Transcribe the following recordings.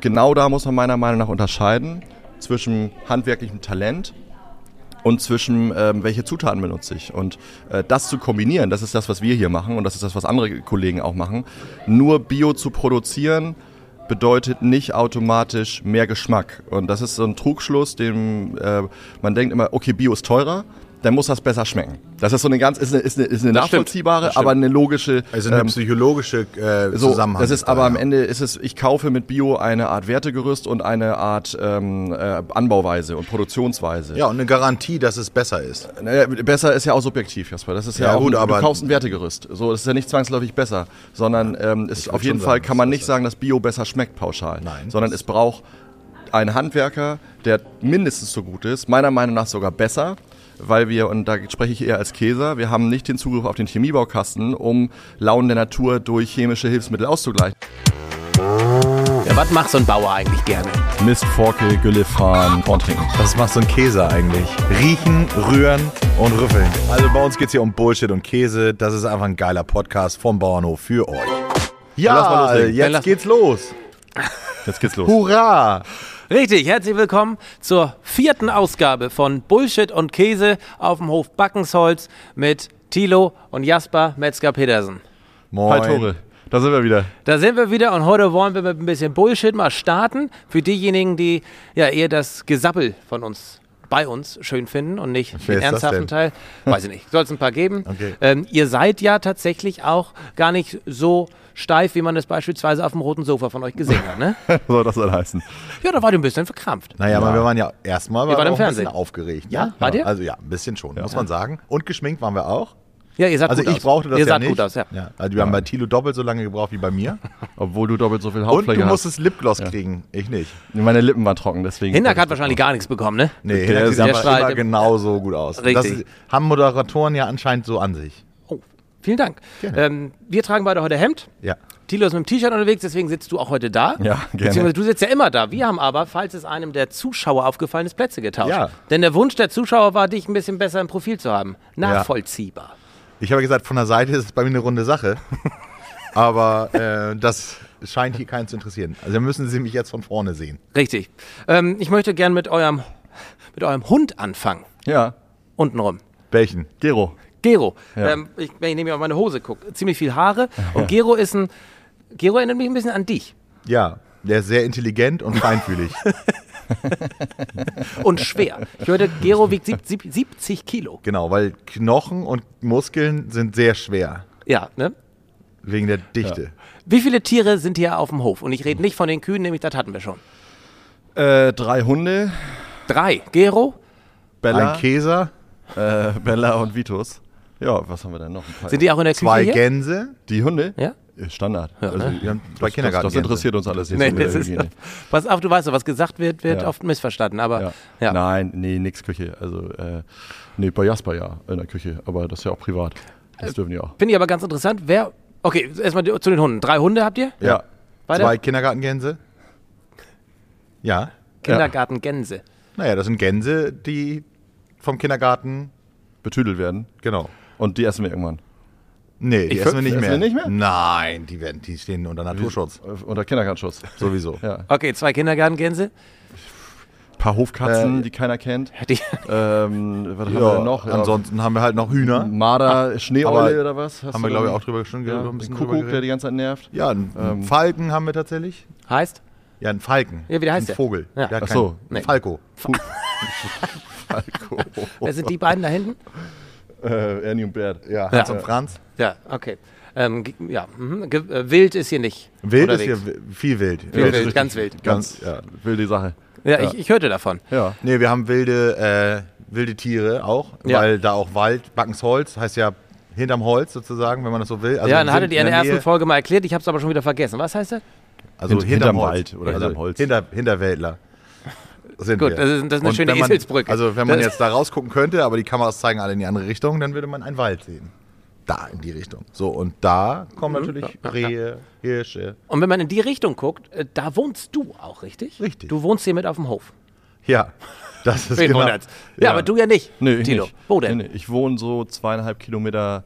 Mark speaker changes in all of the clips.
Speaker 1: genau da muss man meiner Meinung nach unterscheiden zwischen handwerklichem Talent und zwischen ähm, welche Zutaten benutze ich. Und äh, das zu kombinieren, das ist das, was wir hier machen und das ist das, was andere Kollegen auch machen. Nur Bio zu produzieren bedeutet nicht automatisch mehr Geschmack. Und das ist so ein Trugschluss, dem äh, man denkt immer, okay, Bio ist teurer, dann muss das besser schmecken. Das ist so eine ganz, ist eine, ist eine, ist eine
Speaker 2: Das stimmt,
Speaker 1: nachvollziehbare,
Speaker 2: das stimmt.
Speaker 1: aber eine logische.
Speaker 3: Also eine
Speaker 1: ähm,
Speaker 3: psychologische äh,
Speaker 1: so,
Speaker 3: Zusammenhang.
Speaker 1: das ist
Speaker 3: da,
Speaker 1: aber am
Speaker 3: ja.
Speaker 1: Ende ist es, ich kaufe mit Bio eine Art Wertegerüst und eine Art ähm, äh, Anbauweise und Produktionsweise.
Speaker 3: Ja, und eine Garantie, dass es besser ist.
Speaker 1: Naja, besser ist ja auch subjektiv, Jasper. Das ist ja,
Speaker 3: Ja,
Speaker 1: auch
Speaker 3: gut,
Speaker 1: ein,
Speaker 3: aber-
Speaker 1: du kaufst ein Wertegerüst. So, das ist ja nicht zwangsläufig besser, sondern ähm, ist auf
Speaker 3: würd
Speaker 1: jeden
Speaker 3: schon
Speaker 1: Fall
Speaker 3: sagen,
Speaker 1: kann
Speaker 3: dass
Speaker 1: man
Speaker 3: es
Speaker 1: nicht
Speaker 3: besser
Speaker 1: sagen, dass Bio besser schmeckt pauschal.
Speaker 3: Nein.
Speaker 1: Sondern es braucht einen Handwerker, der mindestens so gut ist, meiner Meinung nach sogar besser, weil wir, und da spreche ich eher als Käser, wir haben nicht den Zugriff auf den Chemiebaukasten, um Launen der Natur durch chemische Hilfsmittel auszugleichen.
Speaker 2: Ja, was macht so ein Bauer eigentlich gerne?
Speaker 1: Mist, Forkel, Gülle fahren, Korn trinken.
Speaker 4: Was macht so ein Käse eigentlich? Riechen, rühren und rüffeln. Also bei uns geht's hier um Bullshit und Käse. Das ist einfach ein geiler Podcast vom Bauernhof für euch.
Speaker 3: lass mal
Speaker 4: Ja,
Speaker 3: loslegen.
Speaker 2: Dann
Speaker 4: jetzt
Speaker 2: lass-
Speaker 4: geht's los.
Speaker 1: Jetzt geht's los.
Speaker 4: Hurra!
Speaker 2: Richtig, herzlich willkommen zur vierten Ausgabe von Bullshit und Käse auf dem Hof Backensholz mit Thilo und Jasper Metzger-Petersen.
Speaker 4: Moin.
Speaker 1: Hi, Tore. Da sind wir wieder.
Speaker 2: Da sind wir wieder und heute wollen wir mit ein bisschen Bullshit mal starten. Für diejenigen, die ja eher das Gesappel von uns bei uns schön finden und nicht
Speaker 4: Wer
Speaker 2: den
Speaker 4: ist das
Speaker 2: ernsthaften
Speaker 4: denn?
Speaker 2: Teil. Weiß ich nicht. Soll es ein paar geben.
Speaker 4: Okay.
Speaker 2: Ähm, ihr seid ja tatsächlich auch gar nicht so steif, wie man das beispielsweise auf dem roten Sofa von euch gesehen hat. Ne?
Speaker 1: Soll das dann heißen?
Speaker 2: Ja, da war ihr ein bisschen verkrampft.
Speaker 4: Naja, aber wir waren ja erstmal waren
Speaker 2: waren
Speaker 4: wir
Speaker 2: im
Speaker 4: auch ein bisschen
Speaker 2: Fernsehen.
Speaker 4: aufgeregt.
Speaker 2: Ja,
Speaker 4: ne?
Speaker 2: wart ihr?
Speaker 4: Also ja, ein bisschen schon, muss man sagen. Und geschminkt waren wir auch.
Speaker 2: Ja, ihr sagt
Speaker 4: Also
Speaker 2: gut
Speaker 4: ich
Speaker 2: aus.
Speaker 4: brauchte das
Speaker 2: ihr
Speaker 4: ja
Speaker 2: sagt
Speaker 4: nicht.
Speaker 2: gut aus, ja.
Speaker 4: Also wir haben bei Tilo doppelt so lange gebraucht wie bei mir.
Speaker 1: Obwohl du doppelt so viel
Speaker 4: Und
Speaker 1: Hautfläche
Speaker 4: du
Speaker 1: hast.
Speaker 4: musstens Lipgloss kriegen, ich nicht.
Speaker 1: Meine Lippen waren trocken, deswegen.
Speaker 2: Hinnack hat wahrscheinlich gar nichts bekommen, ne?
Speaker 4: Nee,
Speaker 1: Der
Speaker 4: der
Speaker 1: ist
Speaker 4: sieht
Speaker 2: der
Speaker 4: aber
Speaker 2: strahlt
Speaker 4: immer
Speaker 2: im-
Speaker 4: genauso gut aus.
Speaker 2: Richtig.
Speaker 4: Das haben Moderatoren ja anscheinend so an sich.
Speaker 2: Oh, vielen Dank.
Speaker 4: Gerne.
Speaker 2: Ähm, wir tragen beide heute Hemd.
Speaker 4: Ja.
Speaker 2: Thilo ist mit dem T-Shirt unterwegs, deswegen sitzt du auch heute da.
Speaker 1: Ja, gerne.
Speaker 2: Beziehungsweise du sitzt ja immer da. Wir haben aber, falls es einem der Zuschauer aufgefallen ist, Plätze getauscht.
Speaker 4: Ja.
Speaker 2: Denn der Wunsch der Zuschauer war, dich ein bisschen besser im Profil zu haben. Nachvollziehbar.
Speaker 4: Ich habe gesagt, von der Seite ist es bei mir eine runde Sache. Aber äh, das scheint hier keinen zu interessieren. Also müssen Sie mich jetzt von vorne sehen.
Speaker 2: Richtig. Ähm, ich möchte gern mit eurem, mit eurem Hund anfangen.
Speaker 1: Ja,
Speaker 2: Untenrum.
Speaker 4: Welchen?
Speaker 1: Gero.
Speaker 2: Gero. Ähm, ich, wenn ich nämlich auf meine Hose gucke, ziemlich viel Haare. Und Gero ist ein. Gero erinnert mich ein bisschen an dich.
Speaker 4: Ja, der ist sehr intelligent und feinfühlig.
Speaker 2: Und schwer. Ich hörte, Gero wiegt sieb, sieb, 70 Kilo.
Speaker 4: genau, weil Knochen und Muskeln sind sehr schwer
Speaker 2: Ja, ne?
Speaker 4: wegen der Dichte.
Speaker 2: Wie viele Tiere sind hier auf dem Hof? Und ich rede nicht von den Kühen, nämlich das hatten wir schon.
Speaker 1: Äh, drei Hunde,
Speaker 2: Drei. Gero,
Speaker 1: Bella,
Speaker 4: Ein Käser,
Speaker 1: äh, Bella und Vitus. Ja, was haben wir denn noch? Ein paar-
Speaker 2: sind die auch in der Küche
Speaker 4: zwei
Speaker 2: hier?
Speaker 4: Gänse. Also,
Speaker 1: die Hunde?
Speaker 2: Ja?
Speaker 1: Äh, Standard.
Speaker 4: Wir haben zwei
Speaker 1: das, das, das
Speaker 4: Kindergartengänse.
Speaker 1: interessiert uns alles jetzt
Speaker 2: Nee,
Speaker 1: in der
Speaker 2: das ist,
Speaker 1: Hygiene.
Speaker 2: pass auf, du weißt doch, was gesagt wird, wird
Speaker 1: Ja.
Speaker 2: oft missverstanden. Aber ja.
Speaker 1: ja. Nein, nee, nix Küche. Also, äh, nee, bei Jasper ja, in der Küche. Aber das ist ja auch privat.
Speaker 2: Äh.
Speaker 1: Das dürfen die auch.
Speaker 2: Finde ich aber ganz interessant, wer. Okay, erstmal die- zu den Hunden. Drei Hunde habt ihr?
Speaker 1: Ja.
Speaker 2: Weiter?
Speaker 4: Zwei Kindergartengänse. Ja.
Speaker 2: Kindergartengänse.
Speaker 4: Naja, das sind Gänse, die vom Kindergarten.
Speaker 1: Betüdelt werden.
Speaker 4: Genau.
Speaker 1: Und die essen wir irgendwann.
Speaker 4: Nee, die
Speaker 2: Ich
Speaker 4: essen wir nicht
Speaker 1: essen
Speaker 4: mehr.
Speaker 1: wir nicht mehr?
Speaker 4: Nein, die, werden, die stehen unter Naturschutz.
Speaker 1: Äh, Unter Kindergartenschutz.
Speaker 4: Sowieso.
Speaker 1: Ja.
Speaker 2: Okay, zwei Kindergartengänse.
Speaker 1: Ein paar Hofkatzen, die keiner kennt.
Speaker 2: Die,
Speaker 1: Äh, Ähm, was haben wir
Speaker 4: Ja,
Speaker 1: denn noch? Ja,
Speaker 4: Ansonsten haben wir halt noch Hühner.
Speaker 1: Marder, Schneeeule
Speaker 4: aber
Speaker 1: oder was? Hast
Speaker 4: haben wir,
Speaker 1: du
Speaker 4: glaube ich,
Speaker 1: da-
Speaker 4: auch drüber schon ge-
Speaker 1: ja,
Speaker 4: ein
Speaker 1: ein
Speaker 4: bisschen drüber
Speaker 1: Kuckuck, der die Ähm.
Speaker 4: geredet.
Speaker 1: ganze Zeit nervt.
Speaker 4: Ja, einen einen Falken haben wir tatsächlich.
Speaker 2: heißt?
Speaker 4: Ja, einen Falken.
Speaker 2: Ja, wie heißt
Speaker 4: ein
Speaker 2: der?
Speaker 4: Vogel.
Speaker 2: Ja.
Speaker 4: Der hat
Speaker 1: Ach so,
Speaker 4: keinen-
Speaker 2: nee.
Speaker 4: Falco.
Speaker 1: Oh,
Speaker 2: Wer sind die beiden da hinten?
Speaker 1: Äh, Ernie und Bert.
Speaker 4: Ja, Hans und Franz.
Speaker 2: Ja, okay. Ähm, ge- ja, mhm. Ge äh, wild ist hier nicht.
Speaker 4: Wild
Speaker 2: unterwegs.
Speaker 4: ist hier w- viel wild.
Speaker 2: Viel wild,
Speaker 4: ist
Speaker 2: ganz wild.
Speaker 1: Ganz
Speaker 4: Ganz, ja.
Speaker 1: wilde Sache.
Speaker 2: Ja, Ich, ich hörte davon.
Speaker 1: Ja.
Speaker 4: Nee, wir haben wilde, äh, wilde Tiere auch,
Speaker 2: Ja.
Speaker 4: weil da auch Wald, Backensholz heißt ja hinterm Holz sozusagen, wenn man das so will. Also
Speaker 2: ja,
Speaker 4: wir
Speaker 2: dann hattet
Speaker 4: sind
Speaker 2: ihr in der ersten
Speaker 4: Nähe-
Speaker 2: Folge mal erklärt, ich habe es aber schon wieder vergessen. Was heißt das?
Speaker 4: Also
Speaker 1: Hint- hinterm
Speaker 4: hinterm, Holz.
Speaker 1: Wald oder
Speaker 4: also
Speaker 1: hinterm Holz.
Speaker 4: Hinter, Hinterwäldler. Sind
Speaker 2: Gut,
Speaker 4: wir.
Speaker 2: das ist- das ist eine
Speaker 4: Und
Speaker 2: schöne
Speaker 4: wenn man,
Speaker 2: Eselsbrücke.
Speaker 4: Also wenn man
Speaker 2: Das-
Speaker 4: jetzt da rausgucken könnte, aber die Kameras zeigen alle in die andere Richtung, dann würde man einen Wald sehen. Da in die Richtung. So, und da kommen
Speaker 2: Mhm.
Speaker 4: natürlich Rehe, Hirsche.
Speaker 2: Und wenn man in die Richtung guckt, äh, da wohnst du auch, richtig?
Speaker 4: Richtig.
Speaker 2: Du wohnst hier mit auf dem Hof.
Speaker 4: Ja, das ist
Speaker 2: Wen
Speaker 4: genau.
Speaker 2: wundert's? Ja, aber du ja nicht.
Speaker 1: Nee, ich
Speaker 2: Tilo.
Speaker 1: nicht.
Speaker 2: Wo denn?
Speaker 1: Nee, nee. Ich wohne so zweieinhalb Kilometer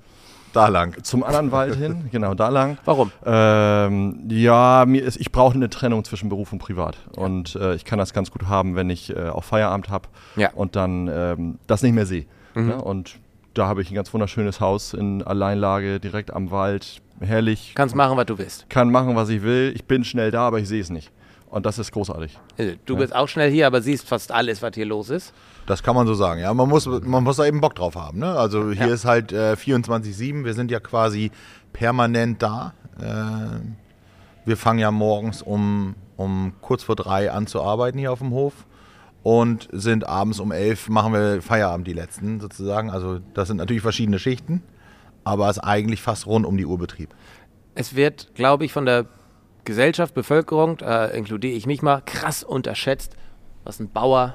Speaker 4: Da lang.
Speaker 1: Zum anderen Wald hin, genau, da lang.
Speaker 2: Warum?
Speaker 1: Ähm, ja, mir ist, ich brauche eine Trennung zwischen Beruf und Privat. Und äh, ich kann das ganz gut haben, wenn ich äh, auch Feierabend habe
Speaker 2: Ja.
Speaker 1: und dann ähm, das nicht mehr sehe. Ne? Und da habe ich ein ganz wunderschönes Haus in Alleinlage, direkt am Wald, herrlich.
Speaker 2: Kannst machen, was du willst.
Speaker 1: kann machen, was ich will. Ich bin schnell da, aber ich sehe es nicht. Und das ist großartig.
Speaker 2: Also, Du bist auch schnell hier, aber siehst fast alles, was hier los ist.
Speaker 4: Das kann man so sagen, ja. Man muss, man muss da eben Bock drauf haben. Ne? Also hier
Speaker 2: Ja.
Speaker 4: ist halt äh, 24-7, wir sind ja quasi permanent da. Äh, wir fangen ja morgens um, um kurz vor drei an zu arbeiten hier auf dem Hof und sind abends um elf, machen wir Feierabend die letzten sozusagen. Also das sind natürlich verschiedene Schichten, aber es ist eigentlich fast rund um die Uhr Betrieb.
Speaker 2: Es wird, glaube ich, von der Gesellschaft, Bevölkerung, da inkludiere ich mich mal, krass unterschätzt, was ein Bauer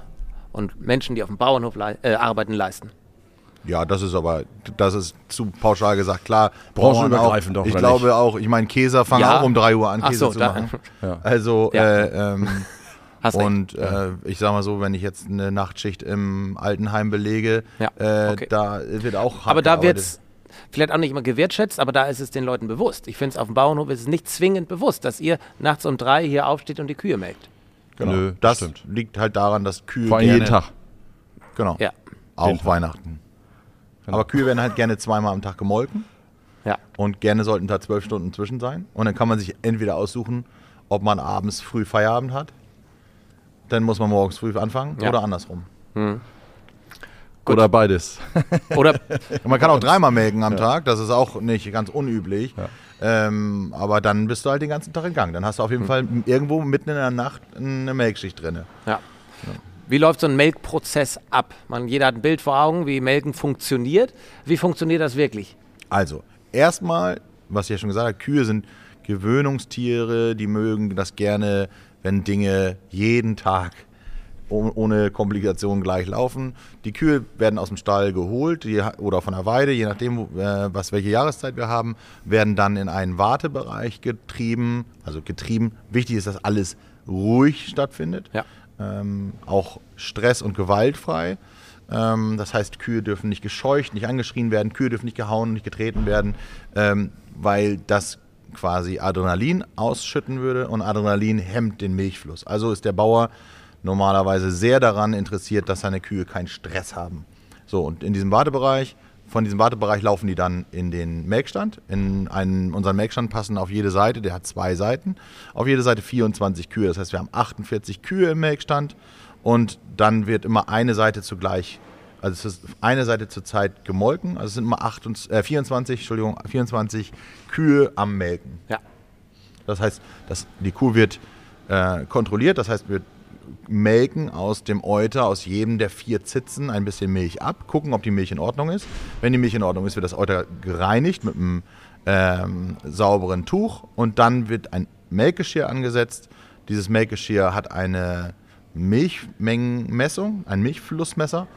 Speaker 2: und Menschen, die auf dem Bauernhof lei äh, arbeiten, leisten.
Speaker 4: Ja, das ist aber, das ist zu pauschal gesagt. Klar,
Speaker 1: Branchenübergreifend
Speaker 4: Bauern
Speaker 1: auch,
Speaker 4: Ich
Speaker 1: oder
Speaker 4: glaube auch, ich meine, Käser fangen
Speaker 2: Ja.
Speaker 4: auch um 3 Uhr an,
Speaker 2: Ach
Speaker 4: Käse
Speaker 2: so,
Speaker 4: zu
Speaker 2: da-
Speaker 4: machen.
Speaker 1: Ja.
Speaker 4: Also,
Speaker 2: Ja.
Speaker 4: äh, ähm,
Speaker 2: Hast recht.
Speaker 4: und äh, ich sag mal so, wenn ich jetzt eine Nachtschicht im Altenheim belege,
Speaker 2: Ja,
Speaker 4: äh,
Speaker 2: okay.
Speaker 4: da wird auch hart
Speaker 2: Aber da wird
Speaker 4: gearbeitet.
Speaker 2: es vielleicht auch nicht immer gewertschätzt, aber da ist es den Leuten bewusst. Ich finde es auf dem Bauernhof ist es nicht zwingend bewusst, dass ihr nachts um drei hier aufsteht und die Kühe melkt.
Speaker 4: Genau.
Speaker 1: Nö,
Speaker 4: das
Speaker 1: stimmt.
Speaker 4: liegt halt daran, dass Kühe
Speaker 1: Vor allem
Speaker 4: gerne,
Speaker 1: jeden Tag.
Speaker 4: Genau.
Speaker 2: Ja.
Speaker 4: Auch
Speaker 1: Jeden Tag.
Speaker 4: Weihnachten.
Speaker 1: Genau.
Speaker 4: Aber Kühe werden halt gerne zweimal am Tag gemolken.
Speaker 2: Ja.
Speaker 4: Und gerne sollten da zwölf Stunden zwischen sein. Und dann kann man sich entweder aussuchen, ob man abends früh Feierabend hat. Dann muss man morgens früh anfangen
Speaker 2: Ja.
Speaker 4: oder andersrum.
Speaker 1: Oder beides.
Speaker 2: Oder
Speaker 4: Und man kann auch dreimal melken am Tag, das ist auch nicht ganz unüblich. Ähm, aber dann bist du halt den ganzen Tag in Gang. Dann hast du auf jeden Fall irgendwo mitten in der Nacht eine Melkschicht drin.
Speaker 2: ja. Wie läuft so ein Melkprozess ab? Man, jeder hat ein Bild vor Augen, wie Melken funktioniert. Wie funktioniert das wirklich?
Speaker 4: Also, erstmal, was ich ja schon gesagt habe, Kühe sind Gewöhnungstiere, die mögen das gerne, wenn Dinge jeden Tag oh- ohne Komplikationen gleich laufen. Die Kühe werden aus dem Stall geholt je- oder von der Weide, je nachdem, wo- äh, was welche Jahreszeit wir haben, werden dann in einen Wartebereich getrieben, also getrieben. Wichtig ist, dass alles ruhig stattfindet
Speaker 2: Ja.
Speaker 4: ähm, auch stress- und gewaltfrei. Ähm, das heißt, Kühe dürfen nicht gescheucht, nicht angeschrien werden, Kühe dürfen nicht gehauen, nicht getreten werden, ähm, weil das quasi Adrenalin ausschütten würde und Adrenalin hemmt den Milchfluss. Also ist der Bauer normalerweise sehr daran interessiert, dass seine Kühe keinen Stress haben. So, und in diesem Wartebereich, von diesem Wartebereich laufen die dann in den Melkstand. In einen, unseren Melkstand passen auf jede Seite, der hat zwei Seiten, auf jede Seite 24 Kühe. Das heißt, wir haben 48 Kühe im Melkstand und dann wird immer eine Seite zugleich, also es ist eine Seite zur Zeit gemolken. Also es sind immer 28, äh, 24, Entschuldigung, 24 Kühe am Melken.
Speaker 2: Ja.
Speaker 4: Das heißt, das, die Kuh wird äh, kontrolliert, das heißt, wir melken aus dem Euter, aus jedem der vier Zitzen ein bisschen Milch ab, gucken, ob die Milch in Ordnung ist. Wenn die Milch in Ordnung ist, wird das Euter gereinigt mit einem ähm, sauberen Tuch und dann wird ein Melkgeschirr angesetzt. Dieses Melkgeschirr hat eine Milchmengenmessung, ein Milchflussmesser.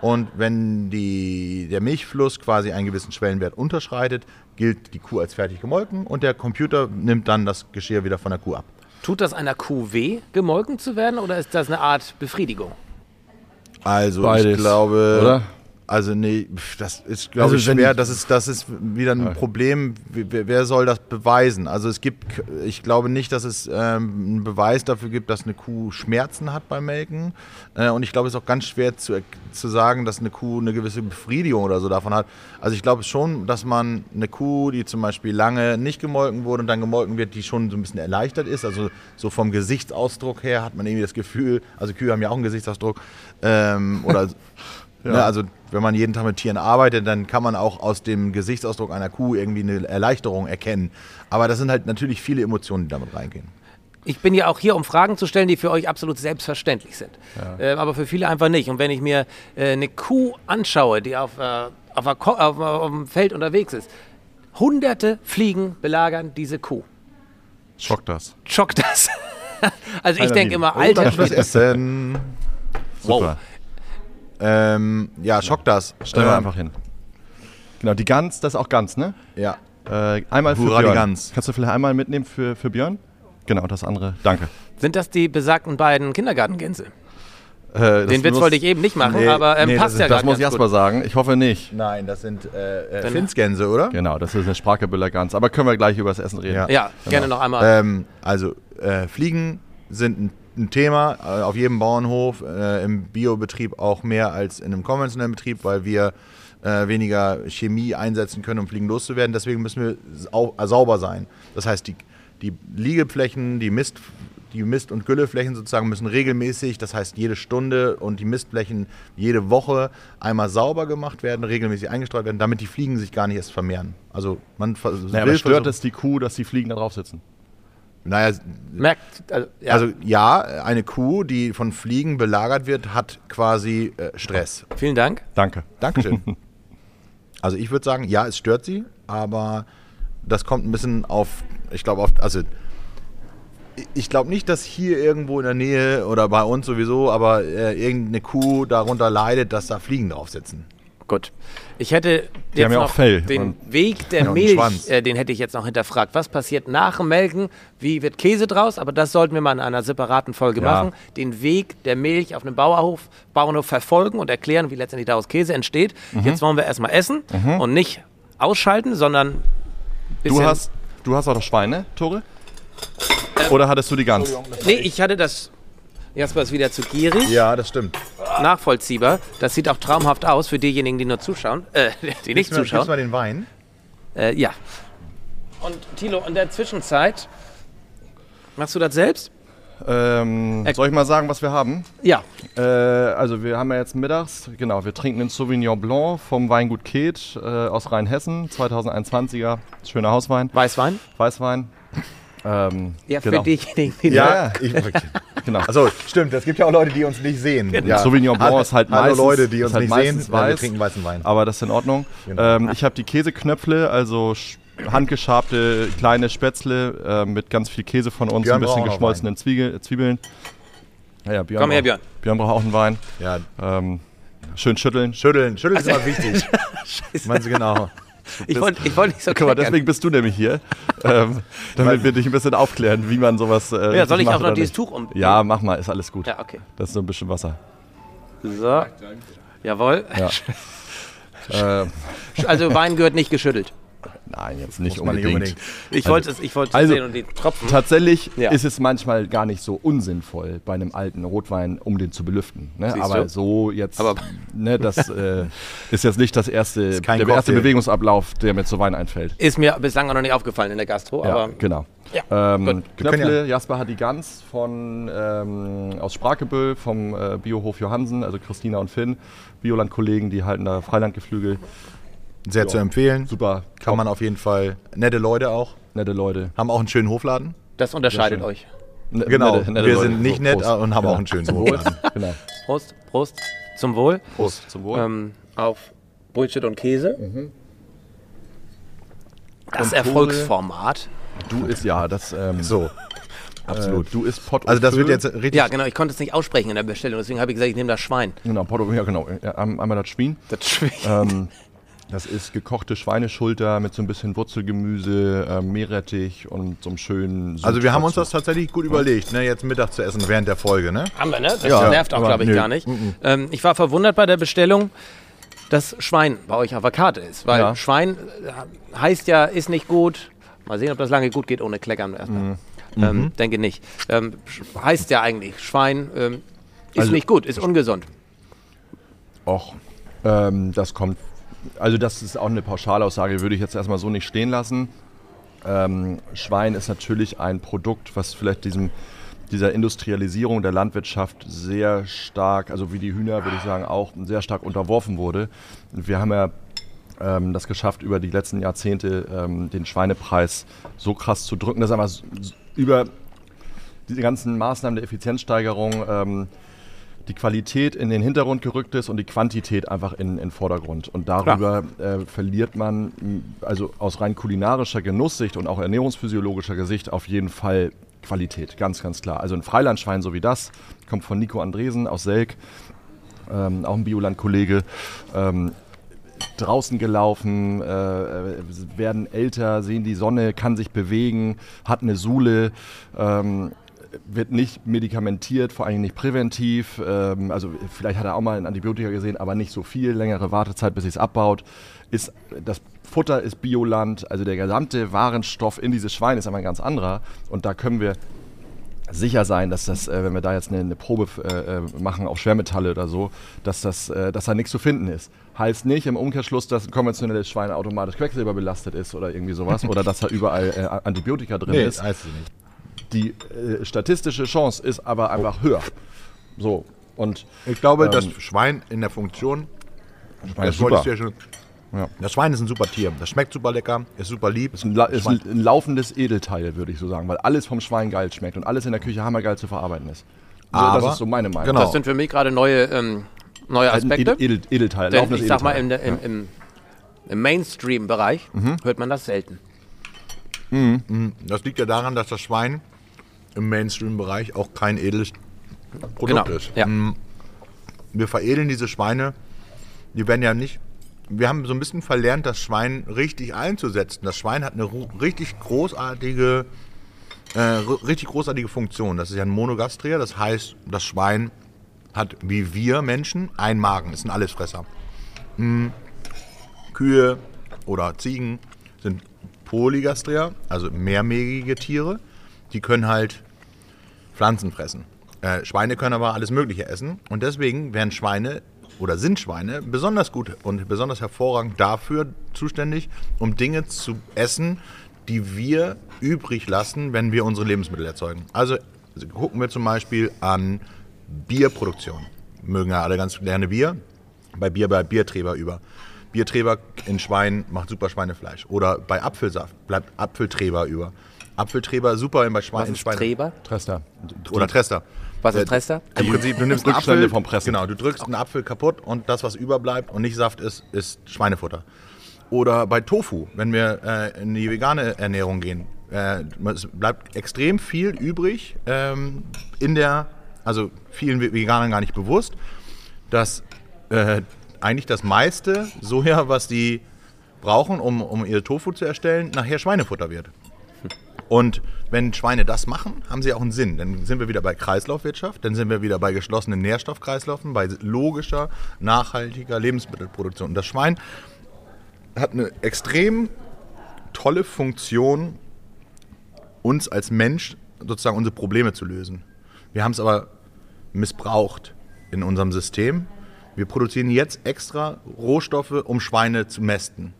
Speaker 4: Und wenn die, der Milchfluss quasi einen gewissen Schwellenwert unterschreitet, gilt die Kuh als fertig gemolken und der Computer nimmt dann das Geschirr wieder von der Kuh ab.
Speaker 2: Tut das einer Kuh weh, gemolken zu werden, oder ist das eine Art Befriedigung?
Speaker 4: Also ich
Speaker 1: Beides,
Speaker 4: glaube,
Speaker 1: oder?
Speaker 4: also nee, pf, das ist glaube
Speaker 1: Also
Speaker 4: ich
Speaker 1: wenn-
Speaker 4: schwer. Das ist das ist wieder ein Problem. Wer, wer soll das beweisen? Also es gibt, k- ich glaube nicht, dass es ähm, einen Beweis dafür gibt, dass eine Kuh Schmerzen hat beim Melken. Äh, und ich glaube, es ist auch ganz schwer zu erk- zu sagen, dass eine Kuh eine gewisse Befriedigung oder so davon hat. Also ich glaube schon, dass man eine Kuh, die zum Beispiel lange nicht gemolken wurde und dann gemolken wird, die schon so ein bisschen erleichtert ist. Also so vom Gesichtsausdruck her hat man irgendwie das Gefühl, also Kühe haben ja auch einen Gesichtsausdruck. Ähm, oder Ne, also wenn man jeden Tag mit Tieren arbeitet, dann kann man auch aus dem Gesichtsausdruck einer Kuh irgendwie eine Erleichterung erkennen. Aber das sind halt natürlich viele Emotionen, die damit reingehen.
Speaker 2: Ich bin ja auch hier, um Fragen zu stellen, die für euch absolut selbstverständlich sind. Äh, aber für viele einfach nicht. Und wenn ich mir äh, eine Kuh anschaue, die auf, äh, auf, einer Ko- auf, auf dem Feld unterwegs ist, hunderte Fliegen belagern diese Kuh.
Speaker 1: Schock das.
Speaker 2: Schockt das? also ich
Speaker 1: Keiner
Speaker 2: denke
Speaker 1: lieben.
Speaker 4: Oh,
Speaker 2: immer, alter
Speaker 4: das Essen.
Speaker 2: wow.
Speaker 4: Ähm, ja, schock das.
Speaker 1: Stellen wir
Speaker 4: Ähm,
Speaker 1: einfach hin. Genau, die Gans, das ist auch Gans, ne?
Speaker 4: Ja.
Speaker 1: Äh, einmal für
Speaker 4: Hurra, die
Speaker 1: Björn.
Speaker 4: Gans.
Speaker 1: Kannst du vielleicht einmal mitnehmen für, für Björn? Genau, das andere. Danke.
Speaker 2: Sind das die besagten beiden Kindergartengänse?
Speaker 1: Äh, das
Speaker 2: Den Witz
Speaker 1: muss-
Speaker 2: wollte ich eben nicht machen,
Speaker 4: Nee,
Speaker 2: aber ähm,
Speaker 4: nee,
Speaker 2: passt
Speaker 4: das-
Speaker 2: ja
Speaker 1: Das
Speaker 2: gerade
Speaker 1: muss ich
Speaker 2: ganz
Speaker 1: erst
Speaker 2: gut.
Speaker 1: mal sagen. Ich hoffe nicht.
Speaker 4: Nein, das sind äh, äh, Finzgänse, oder?
Speaker 1: Genau, das ist eine Sparkabeller Gans. Aber können wir gleich über das Essen reden.
Speaker 4: Ja.
Speaker 2: Ja, gerne noch einmal.
Speaker 1: Ah.
Speaker 4: Ähm, also äh, Fliegen sind ein, ein Thema äh, auf jedem Bauernhof, äh, im Biobetrieb auch mehr als in einem konventionellen Betrieb, weil wir äh, weniger Chemie einsetzen können, um Fliegen loszuwerden. Deswegen müssen wir sau äh, sauber sein. Das heißt, die, die Liegeflächen, die Mist die Mist- und Gülleflächen sozusagen müssen regelmäßig, das heißt jede Stunde und die Mistflächen jede Woche einmal sauber gemacht werden, regelmäßig eingestreut werden, damit die Fliegen sich gar nicht erst vermehren. Also man vers-
Speaker 1: Naja,
Speaker 4: will
Speaker 1: aber stört
Speaker 4: versuchen-
Speaker 1: es die Kuh, dass die Fliegen da drauf sitzen?
Speaker 4: Naja,
Speaker 2: Merkt, also, ja.
Speaker 4: also ja, eine Kuh, die von Fliegen belagert wird, hat quasi äh, Stress.
Speaker 2: vielen Dank.
Speaker 1: Danke.
Speaker 4: Dankeschön. also ich würde sagen, ja, es stört sie, aber das kommt ein bisschen auf, ich glaube, auf, also ich- ich glaube nicht, dass hier irgendwo in der Nähe oder bei uns sowieso, aber äh, irgendeine Kuh darunter leidet, dass da Fliegen drauf sitzen.
Speaker 2: Gut. Ich hätte
Speaker 1: Die haben ja auch
Speaker 2: noch
Speaker 1: Fell
Speaker 2: den
Speaker 1: und-
Speaker 2: Weg der
Speaker 4: und
Speaker 2: Milch,
Speaker 4: Schwanz.
Speaker 2: äh, den hätte ich jetzt noch hinterfragt. Was passiert nach dem Melken? Wie wird Käse draus? Aber das sollten wir mal in einer separaten Folge
Speaker 1: Ja.
Speaker 2: machen. Den Weg der Milch auf einem Bauernhof, Bauernhof verfolgen und erklären, wie letztendlich daraus Käse entsteht.
Speaker 1: Mhm.
Speaker 2: Jetzt wollen wir erstmal essen und nicht ausschalten, sondern ein
Speaker 1: Du
Speaker 2: bisschen-
Speaker 1: hast, du hast auch das Schwein, ne, Tore? Oder hattest du die Gans?
Speaker 2: Nee, ich hatte das. Jasper ist wieder zu gierig.
Speaker 4: Ja, das stimmt.
Speaker 2: Nachvollziehbar. Das sieht auch traumhaft aus für diejenigen, die nur zuschauen. Äh, die nicht
Speaker 4: Gibst du
Speaker 2: zuschauen.
Speaker 4: mal den Wein?
Speaker 2: Äh, ja. Und Thilo, in der Zwischenzeit. Machst du das selbst?
Speaker 1: Ähm,
Speaker 2: Äh,
Speaker 1: soll ich mal sagen, was wir haben?
Speaker 2: Ja.
Speaker 1: Äh, also wir haben ja jetzt mittags, genau, wir trinken den Sauvignon Blanc vom Weingut Ket äh, aus Rheinhessen, 2021er, schöner Hauswein,
Speaker 2: Weißwein?
Speaker 1: Weißwein. Ähm,
Speaker 2: Ja,
Speaker 1: genau.
Speaker 2: für diejenigen, die.
Speaker 1: Ja,
Speaker 4: ich,
Speaker 1: Genau.
Speaker 4: Achso, stimmt, es gibt ja auch Leute, die uns nicht sehen. Ja.
Speaker 1: Sauvignon Blanc ist halt
Speaker 4: Hallo
Speaker 1: meistens-
Speaker 4: Leute, die
Speaker 1: ist
Speaker 4: uns
Speaker 1: halt
Speaker 4: nicht sehen,
Speaker 1: meistens
Speaker 4: weil wir
Speaker 1: weiß.
Speaker 4: trinken weißen Wein.
Speaker 1: Aber das ist in Ordnung. Ähm, ich habe die Käseknöpfle, also sch- handgeschabte kleine Spätzle äh, mit ganz viel Käse von uns,
Speaker 4: Björn
Speaker 1: ein bisschen
Speaker 4: braucht auch
Speaker 1: geschmolzenen Zwiege- Zwiebeln. Ja, ja, Björn
Speaker 2: Komm her,
Speaker 1: braucht-
Speaker 2: Björn.
Speaker 1: Björn braucht auch einen Wein.
Speaker 4: Ja,
Speaker 1: Ähm, schön schütteln.
Speaker 4: Schütteln, schütteln ist
Speaker 1: Also
Speaker 4: mal wichtig. Meinst du genau?
Speaker 2: Ich wollte ich wollt nicht so
Speaker 1: Guck mal,
Speaker 2: kleckern.
Speaker 1: deswegen bist du nämlich hier, ähm, damit wir dich ein bisschen aufklären, wie man sowas. Äh,
Speaker 2: Ja, soll
Speaker 1: richtig
Speaker 2: ich auch
Speaker 1: macht
Speaker 2: noch
Speaker 1: oder
Speaker 2: dieses
Speaker 1: nicht.
Speaker 2: Tuch um.
Speaker 1: Ja, mach mal, ist alles gut.
Speaker 2: Ja, okay.
Speaker 1: Das ist so ein bisschen Wasser.
Speaker 2: So. Jawohl.
Speaker 1: Ähm,
Speaker 2: Also Wein gehört nicht geschüttelt.
Speaker 1: nein, jetzt nicht
Speaker 4: Muss man
Speaker 1: unbedingt.
Speaker 4: nicht
Speaker 2: Ich wollte es ich wollte es
Speaker 1: also-
Speaker 2: sehen und die Tropfen.
Speaker 1: Tatsächlich
Speaker 2: Ja.
Speaker 1: ist es manchmal gar nicht so unsinnvoll bei einem alten Rotwein, um den zu belüften. Ne?
Speaker 2: Siehst
Speaker 1: Aber
Speaker 2: du?
Speaker 1: so jetzt,
Speaker 2: Aber-
Speaker 1: ne, das äh, ist jetzt nicht das erste,
Speaker 4: kein
Speaker 1: der erste
Speaker 4: Cocktail.
Speaker 1: Bewegungsablauf, der mir zu Wein einfällt.
Speaker 2: Ist mir bislang auch noch nicht aufgefallen in der Gastro,
Speaker 1: Ja,
Speaker 2: aber
Speaker 1: genau.
Speaker 2: Ja,
Speaker 1: ähm,
Speaker 2: gut.
Speaker 1: Knöpfle,
Speaker 4: können
Speaker 1: Jasper hat die Gans von, ähm, aus Sprakebüll vom äh, Biohof Johansen, also Christina und Finn, Bioland-Kollegen, die halten da Freilandgeflügel.
Speaker 4: Sehr zu empfehlen.
Speaker 1: Super,
Speaker 4: Kann man auf jeden Fall. Nette Leute auch.
Speaker 1: nette Leute.
Speaker 4: Haben auch einen schönen Hofladen.
Speaker 2: das unterscheidet
Speaker 1: schön.
Speaker 2: euch.
Speaker 1: Ne-
Speaker 4: Genau.
Speaker 1: nette- nette
Speaker 4: wir
Speaker 1: Leute.
Speaker 4: sind nicht
Speaker 1: So,
Speaker 4: nett
Speaker 1: Prost.
Speaker 4: äh, und haben
Speaker 1: Genau.
Speaker 4: auch einen schönen Hofladen.
Speaker 1: Genau.
Speaker 2: Prost, Prost. Zum Wohl.
Speaker 1: Prost, zum Wohl. Mhm.
Speaker 2: Ähm, auf Bullshit und Käse. Das
Speaker 1: Und
Speaker 2: Erfolgsformat.
Speaker 1: Du ist ja, das ähm,
Speaker 4: So.
Speaker 1: absolut. du ist Pott und
Speaker 4: Also das wird
Speaker 1: Föhn.
Speaker 4: jetzt richtig.
Speaker 2: Ja, genau, ich konnte es nicht aussprechen in der Bestellung, deswegen habe ich gesagt, ich nehme das Schwein.
Speaker 1: Genau, Pott und, ja genau. Ja, ein- einmal das Schwein.
Speaker 2: Das Schwein.
Speaker 1: Ähm, das ist gekochte Schweineschulter mit so ein bisschen Wurzelgemüse, äh, Meerrettich und so einem schönen. Sud
Speaker 4: Also wir haben uns
Speaker 1: dazu.
Speaker 4: das tatsächlich gut überlegt, ne? jetzt Mittag zu essen während der Folge. Ne?
Speaker 2: Haben wir, ne? Das
Speaker 1: Ja,
Speaker 2: nervt auch,
Speaker 1: aber
Speaker 2: glaube ich,
Speaker 1: nö. Mhm.
Speaker 2: gar nicht. Ähm, ich war verwundert bei der Bestellung, dass Schwein bei euch auf der Karte ist. Weil
Speaker 1: Ja.
Speaker 2: Schwein äh, heißt ja, ist nicht gut. Mal sehen, ob das lange gut geht ohne Kleckern. erstmal.
Speaker 1: Mhm.
Speaker 2: Ähm, denke nicht. Ähm, sch- heißt ja eigentlich, Schwein ähm, ist
Speaker 1: Also-
Speaker 2: nicht gut, ist ungesund.
Speaker 1: Och, ähm, das kommt. Also, das ist auch eine Pauschalaussage, würde ich jetzt erstmal so nicht stehen lassen. Ähm, Schwein ist natürlich ein Produkt, was vielleicht diesem, dieser Industrialisierung der Landwirtschaft sehr stark, also wie die Hühner, würde ich sagen, auch sehr stark unterworfen wurde. Wir haben ja ähm, das geschafft, über die letzten Jahrzehnte ähm, den Schweinepreis so krass zu drücken, dass einfach s- s- über diese ganzen Maßnahmen der Effizienzsteigerung ähm, die Qualität in den Hintergrund gerückt ist und die Quantität einfach in den Vordergrund. Und darüber äh, verliert man, m, also aus rein kulinarischer Genusssicht und auch ernährungsphysiologischer Gesicht, auf jeden Fall Qualität, ganz, ganz klar. Also ein Freilandschwein so wie das, kommt von Nico Andresen aus Selk, ähm, auch ein Bioland-Kollege. Ähm, draußen gelaufen, äh, äh, werden älter, sehen die Sonne, kann sich bewegen, hat eine Sohle. Ähm, wird nicht medikamentiert, vor allem nicht präventiv. Ähm, also vielleicht hat er auch mal ein Antibiotika gesehen, aber nicht so viel, längere Wartezeit, bis sich es abbaut. Ist, das Futter ist Bioland, also der gesamte Warenstoff in dieses Schwein ist aber ein ganz anderer. Und da können wir sicher sein, dass das, äh, wenn wir da jetzt eine, eine Probe äh, machen auf Schwermetalle oder so, dass, das, äh, dass da nichts zu finden ist. Heißt nicht im Umkehrschluss, dass ein konventionelles Schwein automatisch Quecksilber belastet ist oder irgendwie sowas oder dass da überall äh, Antibiotika drin
Speaker 4: Nee,
Speaker 1: ist.
Speaker 4: das heißt es nicht.
Speaker 1: Die äh, statistische Chance ist aber einfach höher. So. Und
Speaker 4: Ich glaube,
Speaker 1: Ähm,
Speaker 4: das Schwein in der Funktion,
Speaker 1: Schwein
Speaker 4: das wolltest du ja schon.
Speaker 1: Ja.
Speaker 4: Das Schwein ist ein super Tier. Das schmeckt super lecker, ist super lieb.
Speaker 1: ist ein, La- ist ein,
Speaker 4: Schwein-
Speaker 1: ein laufendes Edelteil, würde ich so sagen, weil alles vom Schwein geil schmeckt und alles in der Küche hammergeil zu verarbeiten ist. So,
Speaker 4: Aber-
Speaker 1: das ist so meine Meinung.
Speaker 4: genau.
Speaker 1: Das
Speaker 2: Das sind für mich gerade neue, ähm, neue
Speaker 1: ist ein
Speaker 2: Aspekte.
Speaker 1: Edel, Edel, Edelteil,
Speaker 2: Denn
Speaker 1: laufendes
Speaker 2: ich sag mal,
Speaker 1: Edelteil.
Speaker 2: im, im, im, im Mainstream-Bereich
Speaker 1: Mhm.
Speaker 2: hört man das selten.
Speaker 4: Das liegt ja daran, dass das Schwein im Mainstream-Bereich auch kein edles
Speaker 1: Genau.
Speaker 4: Produkt ist.
Speaker 2: Genau.
Speaker 1: Mhm.
Speaker 2: Ja.
Speaker 4: Wir veredeln diese Schweine, die werden ja nicht. Wir haben so ein bisschen verlernt, das Schwein richtig einzusetzen. Das Schwein hat eine ru- richtig großartige, äh, ru- richtig großartige Funktion. Das ist ja ein Monogastrier, das heißt, das Schwein hat wie wir Menschen einen Magen, ist ein Allesfresser. Hm, Kühe oder Ziegen sind Polygastrier, also mehrmägige Tiere. Die können halt Pflanzen fressen. Äh, Schweine können aber alles Mögliche essen. Und deswegen werden Schweine oder sind Schweine besonders gut und besonders hervorragend dafür zuständig, um Dinge zu essen, die wir übrig lassen, wenn wir unsere Lebensmittel erzeugen. Also gucken wir zum Beispiel an Bierproduktion. Mögen ja alle ganz gerne Bier. Bei Bier, bei Bierträber über. Bierträber in Schwein macht super Schweinefleisch. Oder bei Apfelsaft bleibt Apfelträber über. Apfelträber super bei Schwein,
Speaker 2: Was
Speaker 4: in
Speaker 2: ist
Speaker 4: Schweine.
Speaker 2: Treber?
Speaker 1: Trester.
Speaker 4: Oder Trester.
Speaker 2: Was ist
Speaker 4: Äh,
Speaker 2: Trester?
Speaker 4: Im Prinzip, du nimmst einen
Speaker 1: Rückstände
Speaker 4: Apfel,
Speaker 1: vom Pressen.
Speaker 4: Genau, du drückst einen Apfel kaputt und das, was überbleibt und nicht Saft ist, ist Schweinefutter. Oder bei Tofu, wenn wir äh, in die vegane Ernährung gehen. Äh, es bleibt extrem viel übrig ähm, in der, also vielen Ve- Veganern gar nicht bewusst, dass äh, eigentlich das meiste Soja, was die brauchen, um, um ihr Tofu zu erstellen, nachher Schweinefutter wird. Und wenn Schweine das machen, haben sie auch einen Sinn. Dann sind wir wieder bei Kreislaufwirtschaft, dann sind wir wieder bei geschlossenen Nährstoffkreislaufen, bei logischer, nachhaltiger Lebensmittelproduktion. Und das Schwein hat eine extrem tolle Funktion, uns als Mensch sozusagen unsere Probleme zu lösen. Wir haben es aber missbraucht in unserem System. Wir produzieren jetzt extra Rohstoffe, um Schweine zu mästen.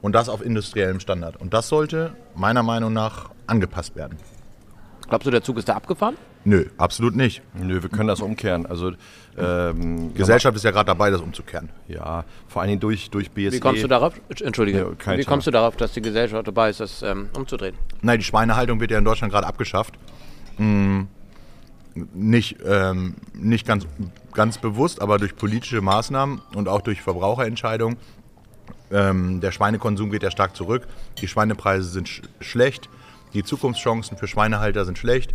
Speaker 4: Und das auf industriellem Standard. Und das sollte meiner Meinung nach angepasst werden.
Speaker 2: Glaubst du, der Zug ist da abgefahren?
Speaker 4: Nö, absolut nicht.
Speaker 1: Nö, wir können das umkehren. Also, ähm,
Speaker 4: Gesellschaft ist ja gerade dabei, das umzukehren.
Speaker 1: ja, vor allen Dingen durch, durch E. BSE.
Speaker 2: Wie kommst du darauf? Entsch- Entschuldige.
Speaker 1: Ja, kein
Speaker 2: Wie
Speaker 1: Thema.
Speaker 2: kommst du darauf, dass die Gesellschaft dabei ist, das ähm, umzudrehen?
Speaker 4: Nein, die Schweinehaltung wird ja in Deutschland gerade abgeschafft. Hm, Nicht, ähm, nicht ganz, ganz bewusst, aber durch politische Maßnahmen und auch durch Verbraucherentscheidungen. Ähm, der Schweinekonsum geht ja stark zurück. Die Schweinepreise sind sch schlecht. Die Zukunftschancen für Schweinehalter sind schlecht.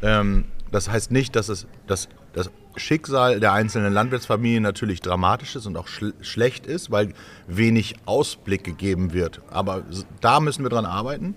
Speaker 4: Ähm, das heißt nicht, dass es, dass das Schicksal der einzelnen Landwirtsfamilien natürlich dramatisch ist und auch schl schlecht ist, weil wenig Ausblick gegeben wird. Aber s- da müssen wir dran arbeiten,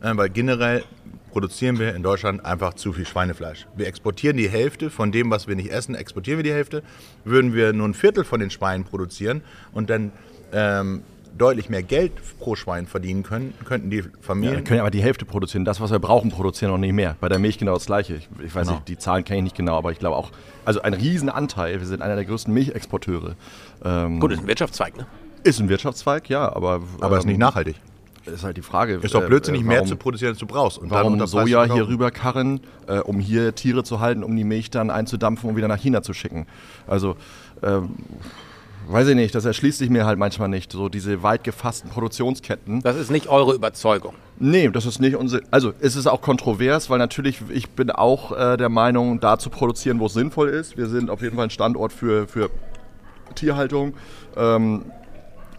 Speaker 4: äh, weil generell produzieren wir in Deutschland einfach zu viel Schweinefleisch. Wir exportieren die Hälfte von dem, was wir nicht essen, exportieren wir die Hälfte. Würden wir nur ein Viertel von den Schweinen produzieren und dann ähm, deutlich mehr Geld pro Schwein verdienen können, könnten die
Speaker 1: Ja,
Speaker 4: Familien
Speaker 1: Äh, wir können ja aber die Hälfte produzieren. Das, was wir brauchen, produzieren und nicht mehr. Bei der Milch genau das Gleiche. Ich, ich weiß nicht, die Zahlen kenne ich nicht genau, aber ich glaube auch, also ein Riesenanteil. Wir sind einer der größten Milchexporteure. Ähm,
Speaker 2: Gut, ist ein Wirtschaftszweig, ne?
Speaker 1: Ist ein Wirtschaftszweig, ja, aber.
Speaker 4: Aber
Speaker 1: ähm,
Speaker 4: ist nicht nachhaltig.
Speaker 1: Ist halt die Frage.
Speaker 4: Ist doch
Speaker 1: äh,
Speaker 4: blödsinnig,
Speaker 1: äh,
Speaker 4: mehr
Speaker 1: warum-
Speaker 4: zu produzieren, als du brauchst. Und
Speaker 1: Warum
Speaker 4: unter Preis
Speaker 1: Soja
Speaker 4: zu
Speaker 1: hier
Speaker 4: verkaufen.
Speaker 1: rüber karren, äh, um hier Tiere zu halten, um die Milch dann einzudampfen und wieder nach China zu schicken. Also, ähm, weiß ich nicht, das erschließt sich mir halt manchmal nicht. So diese weit gefassten Produktionsketten.
Speaker 2: Das ist nicht eure Überzeugung.
Speaker 1: Nee, das ist nicht unsere. Also, es ist auch kontrovers, weil natürlich, ich bin auch äh, der Meinung, da zu produzieren, wo es sinnvoll ist. Wir sind auf jeden Fall ein Standort für, für Tierhaltung. Ähm,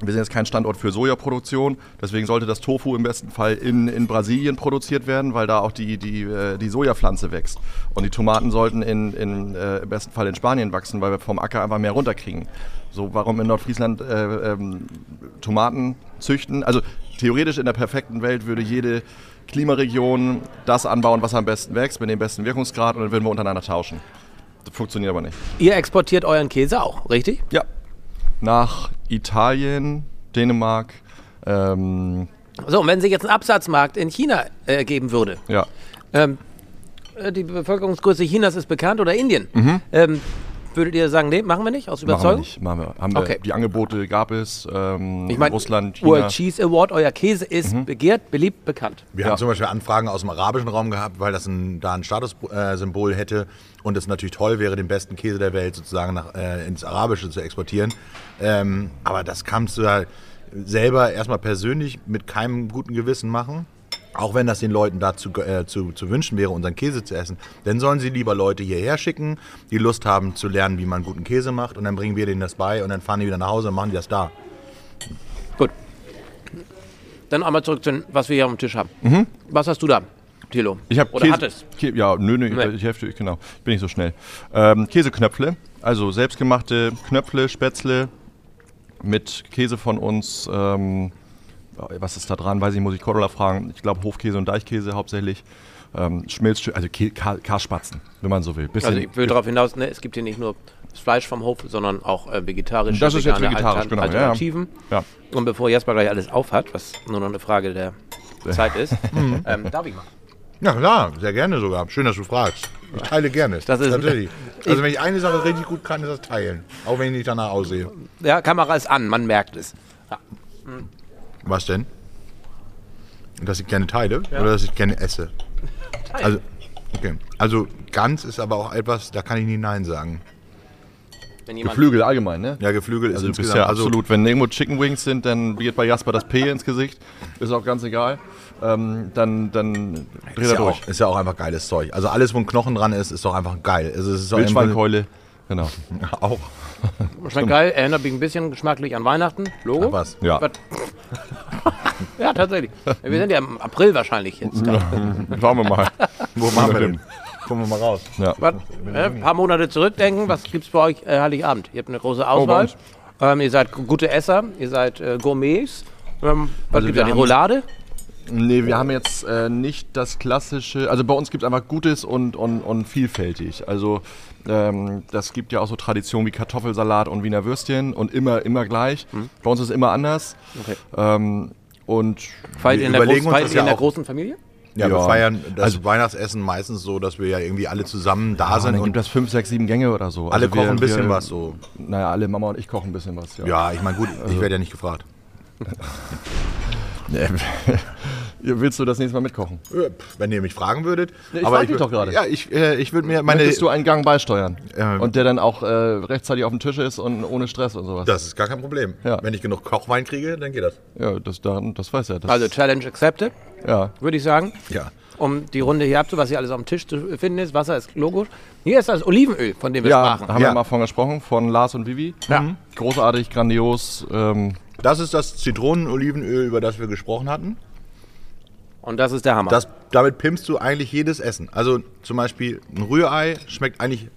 Speaker 1: wir sind jetzt kein Standort für Sojaproduktion, deswegen sollte das Tofu im besten Fall in, in Brasilien produziert werden, weil da auch die, die, äh, die Sojapflanze wächst. Und die Tomaten sollten in, in, äh, im besten Fall in Spanien wachsen, weil wir vom Acker einfach mehr runterkriegen. So, warum in Nordfriesland äh, ähm, Tomaten züchten? Also theoretisch in der perfekten Welt würde jede Klimaregion das anbauen, was am besten wächst, mit dem besten Wirkungsgrad und dann würden wir untereinander tauschen. Das funktioniert aber nicht.
Speaker 2: Ihr exportiert euren Käse auch, richtig?
Speaker 1: Ja. Nach Italien, Dänemark, ähm,
Speaker 2: So, und wenn sich jetzt ein Absatzmarkt in China äh, ergeben würde,
Speaker 1: ja.
Speaker 2: ähm, äh, die Bevölkerungsgröße Chinas ist bekannt oder Indien, ähm, würdet ihr sagen, nee, machen wir nicht, aus
Speaker 1: Mhm. Machen wir
Speaker 2: Überzeugung?
Speaker 1: nicht. Machen wir. Haben wir.
Speaker 2: Okay.
Speaker 1: Die Angebote gab es. Ähm,
Speaker 2: Ich meine,
Speaker 1: Russland, China. Mhm.
Speaker 2: World Cheese Award, euer Käse ist begehrt, beliebt, bekannt.
Speaker 4: Wir haben zum Beispiel Anfragen aus dem arabischen Raum gehabt, weil das ein, da ein Statussymbol äh, Symbol hätte und es natürlich toll wäre, den besten Käse der Welt sozusagen nach, äh, ins Arabische zu exportieren. Ähm, aber das kannst du halt selber erstmal persönlich mit keinem guten Gewissen machen. Auch wenn das den Leuten dazu äh, zu, zu wünschen wäre, unseren Käse zu essen, dann sollen sie lieber Leute hierher schicken, die Lust haben zu lernen, wie man guten Käse macht, und dann bringen wir denen das bei und dann fahren die wieder nach Hause und machen die das da.
Speaker 2: Gut. Dann einmal zurück zu dem, was wir hier auf dem Tisch haben. Was hast du da, Thilo?
Speaker 1: Mhm. Ich habe
Speaker 2: Oder hattest?
Speaker 1: Kä ja, nö, nö,
Speaker 2: Nee.
Speaker 1: ich, ich helfe dir, genau. Ich bin nicht so schnell. Ähm, Käseknöpfle, also selbstgemachte Knöpfle, Spätzle mit Käse von uns. Ähm, was ist da dran? Weiß ich, muss ich Cordula fragen. Ich glaube Hofkäse und Deichkäse hauptsächlich. Ähm, Schmilzstück, also Kä- Ka- Karspatzen, wenn man so will. Bisschen
Speaker 2: Also ich will darauf hinaus, ne, es gibt hier nicht nur das Fleisch vom Hof, sondern auch äh, vegetarische
Speaker 1: Das ist jetzt
Speaker 2: vegane
Speaker 1: vegetarisch, genau, ja, ja.
Speaker 2: Alternativen.
Speaker 1: Ja.
Speaker 2: Und bevor Jasper gleich alles aufhat, was nur noch eine Frage der Zeit ist, ähm, darf ich mal.
Speaker 4: Ja, klar, sehr gerne sogar. Schön, dass du fragst. Ich teile gerne.
Speaker 2: Das ist-
Speaker 4: Natürlich. Also, wenn ich eine Sache richtig gut kann, ist das Teilen. Auch wenn ich nicht danach aussehe.
Speaker 2: Ja, Kamera ist an, man merkt es.
Speaker 4: Was denn? Dass ich gerne teile oder dass ich gerne esse? Also, okay. Also, ganz ist aber auch etwas, da kann ich nie Nein sagen.
Speaker 2: Wenn jemand
Speaker 1: Flügel allgemein, ne?
Speaker 4: Ja, Geflügel ist
Speaker 1: Also du bist
Speaker 4: insgesamt.
Speaker 1: ja
Speaker 4: also,
Speaker 1: absolut, wenn irgendwo Chicken Wings sind, dann geht bei Jasper das P ins Gesicht. Ist auch ganz egal. Ähm, dann, dann dreht
Speaker 4: Ist
Speaker 1: er
Speaker 4: ja,
Speaker 1: durch.
Speaker 4: auch, ist ja auch einfach geiles Zeug. Also, alles, wo ein Knochen dran ist, ist doch einfach geil. Also, es ist doch einfach-
Speaker 1: Wildschweinkeule, genau.
Speaker 4: Auch.
Speaker 2: schmeckt geil, erinnert mich ein bisschen geschmacklich an Weihnachten. Logo.
Speaker 4: Ach was.
Speaker 1: Ja.
Speaker 2: Was- ja, tatsächlich. Wir sind ja im April wahrscheinlich jetzt.
Speaker 1: Schauen wir mal.
Speaker 4: Wo machen wir denn? Gucken wir mal raus.
Speaker 1: Ja.
Speaker 2: Was, äh, ein paar Monate zurückdenken, was gibt's bei euch äh, Heiligabend? Ihr habt eine große Auswahl.
Speaker 1: Oh, bei
Speaker 2: ähm, ihr seid gute Esser, ihr seid äh, Gourmets. Ähm, was
Speaker 1: Also
Speaker 2: gibt's
Speaker 1: wir
Speaker 2: da? Die
Speaker 1: haben-
Speaker 2: Roulade?
Speaker 1: Nee, wir haben jetzt äh, nicht das klassische. Also bei uns gibt es einfach Gutes und, und, und vielfältig. Also ähm, das gibt ja auch so Traditionen wie Kartoffelsalat und Wiener Würstchen und immer, immer gleich. Bei uns ist es immer anders.
Speaker 2: Okay.
Speaker 1: Ähm, und
Speaker 2: Feiert ihr in der,
Speaker 4: überlegen
Speaker 2: großen,
Speaker 4: uns
Speaker 2: feiert
Speaker 4: das
Speaker 2: ihr in
Speaker 4: ja
Speaker 2: der
Speaker 4: auch.
Speaker 2: großen Familie?
Speaker 4: Ja, wir
Speaker 1: Ja.
Speaker 4: feiern das
Speaker 1: Also-
Speaker 4: Weihnachtsessen meistens so, dass wir ja irgendwie alle zusammen da
Speaker 1: ah,
Speaker 4: sind
Speaker 1: dann
Speaker 4: und
Speaker 1: gibt das fünf, sechs, sieben Gänge oder so.
Speaker 4: alle
Speaker 1: Also
Speaker 4: kochen
Speaker 1: wir-
Speaker 4: ein bisschen
Speaker 1: wir-
Speaker 4: was so.
Speaker 1: Naja, alle Mama und ich kochen ein bisschen was. Ja.
Speaker 4: Ja, ich meine, gut, ich werde ja nicht gefragt.
Speaker 1: Willst du das nächste Mal mitkochen?
Speaker 4: Äh, pf, Wenn ihr mich fragen würdet.
Speaker 1: ich frag dich
Speaker 4: wür-
Speaker 1: doch gerade.
Speaker 4: Ja, ich, äh, ich würde mir meine.
Speaker 1: Möchtest du einen Gang beisteuern?
Speaker 4: Ähm.
Speaker 1: Und der dann auch äh, rechtzeitig auf dem Tisch ist und ohne Stress und sowas.
Speaker 4: Das ist gar kein Problem.
Speaker 1: Ja.
Speaker 4: Wenn ich genug Kochwein kriege, dann geht das.
Speaker 1: ja, das, daran, das weiß er. Das,
Speaker 2: Also Challenge accepted,
Speaker 1: ja.
Speaker 2: würde ich sagen.
Speaker 4: Ja.
Speaker 2: Um die Runde hier abzu, was hier alles auf dem Tisch zu finden ist. Wasser ist Logo. Hier ist das Olivenöl, von dem wir
Speaker 1: Ja,
Speaker 2: sprachen.
Speaker 1: haben
Speaker 4: Ja.
Speaker 1: wir mal von gesprochen, von Lars und Vivi.
Speaker 2: Ja.
Speaker 1: Mhm. Großartig, grandios. Ähm,
Speaker 4: Das ist das Zitronen-Olivenöl, über das wir gesprochen hatten.
Speaker 2: Und das ist der Hammer.
Speaker 4: Das, damit pimpst du eigentlich jedes Essen. Also zum Beispiel ein Rührei schmeckt eigentlich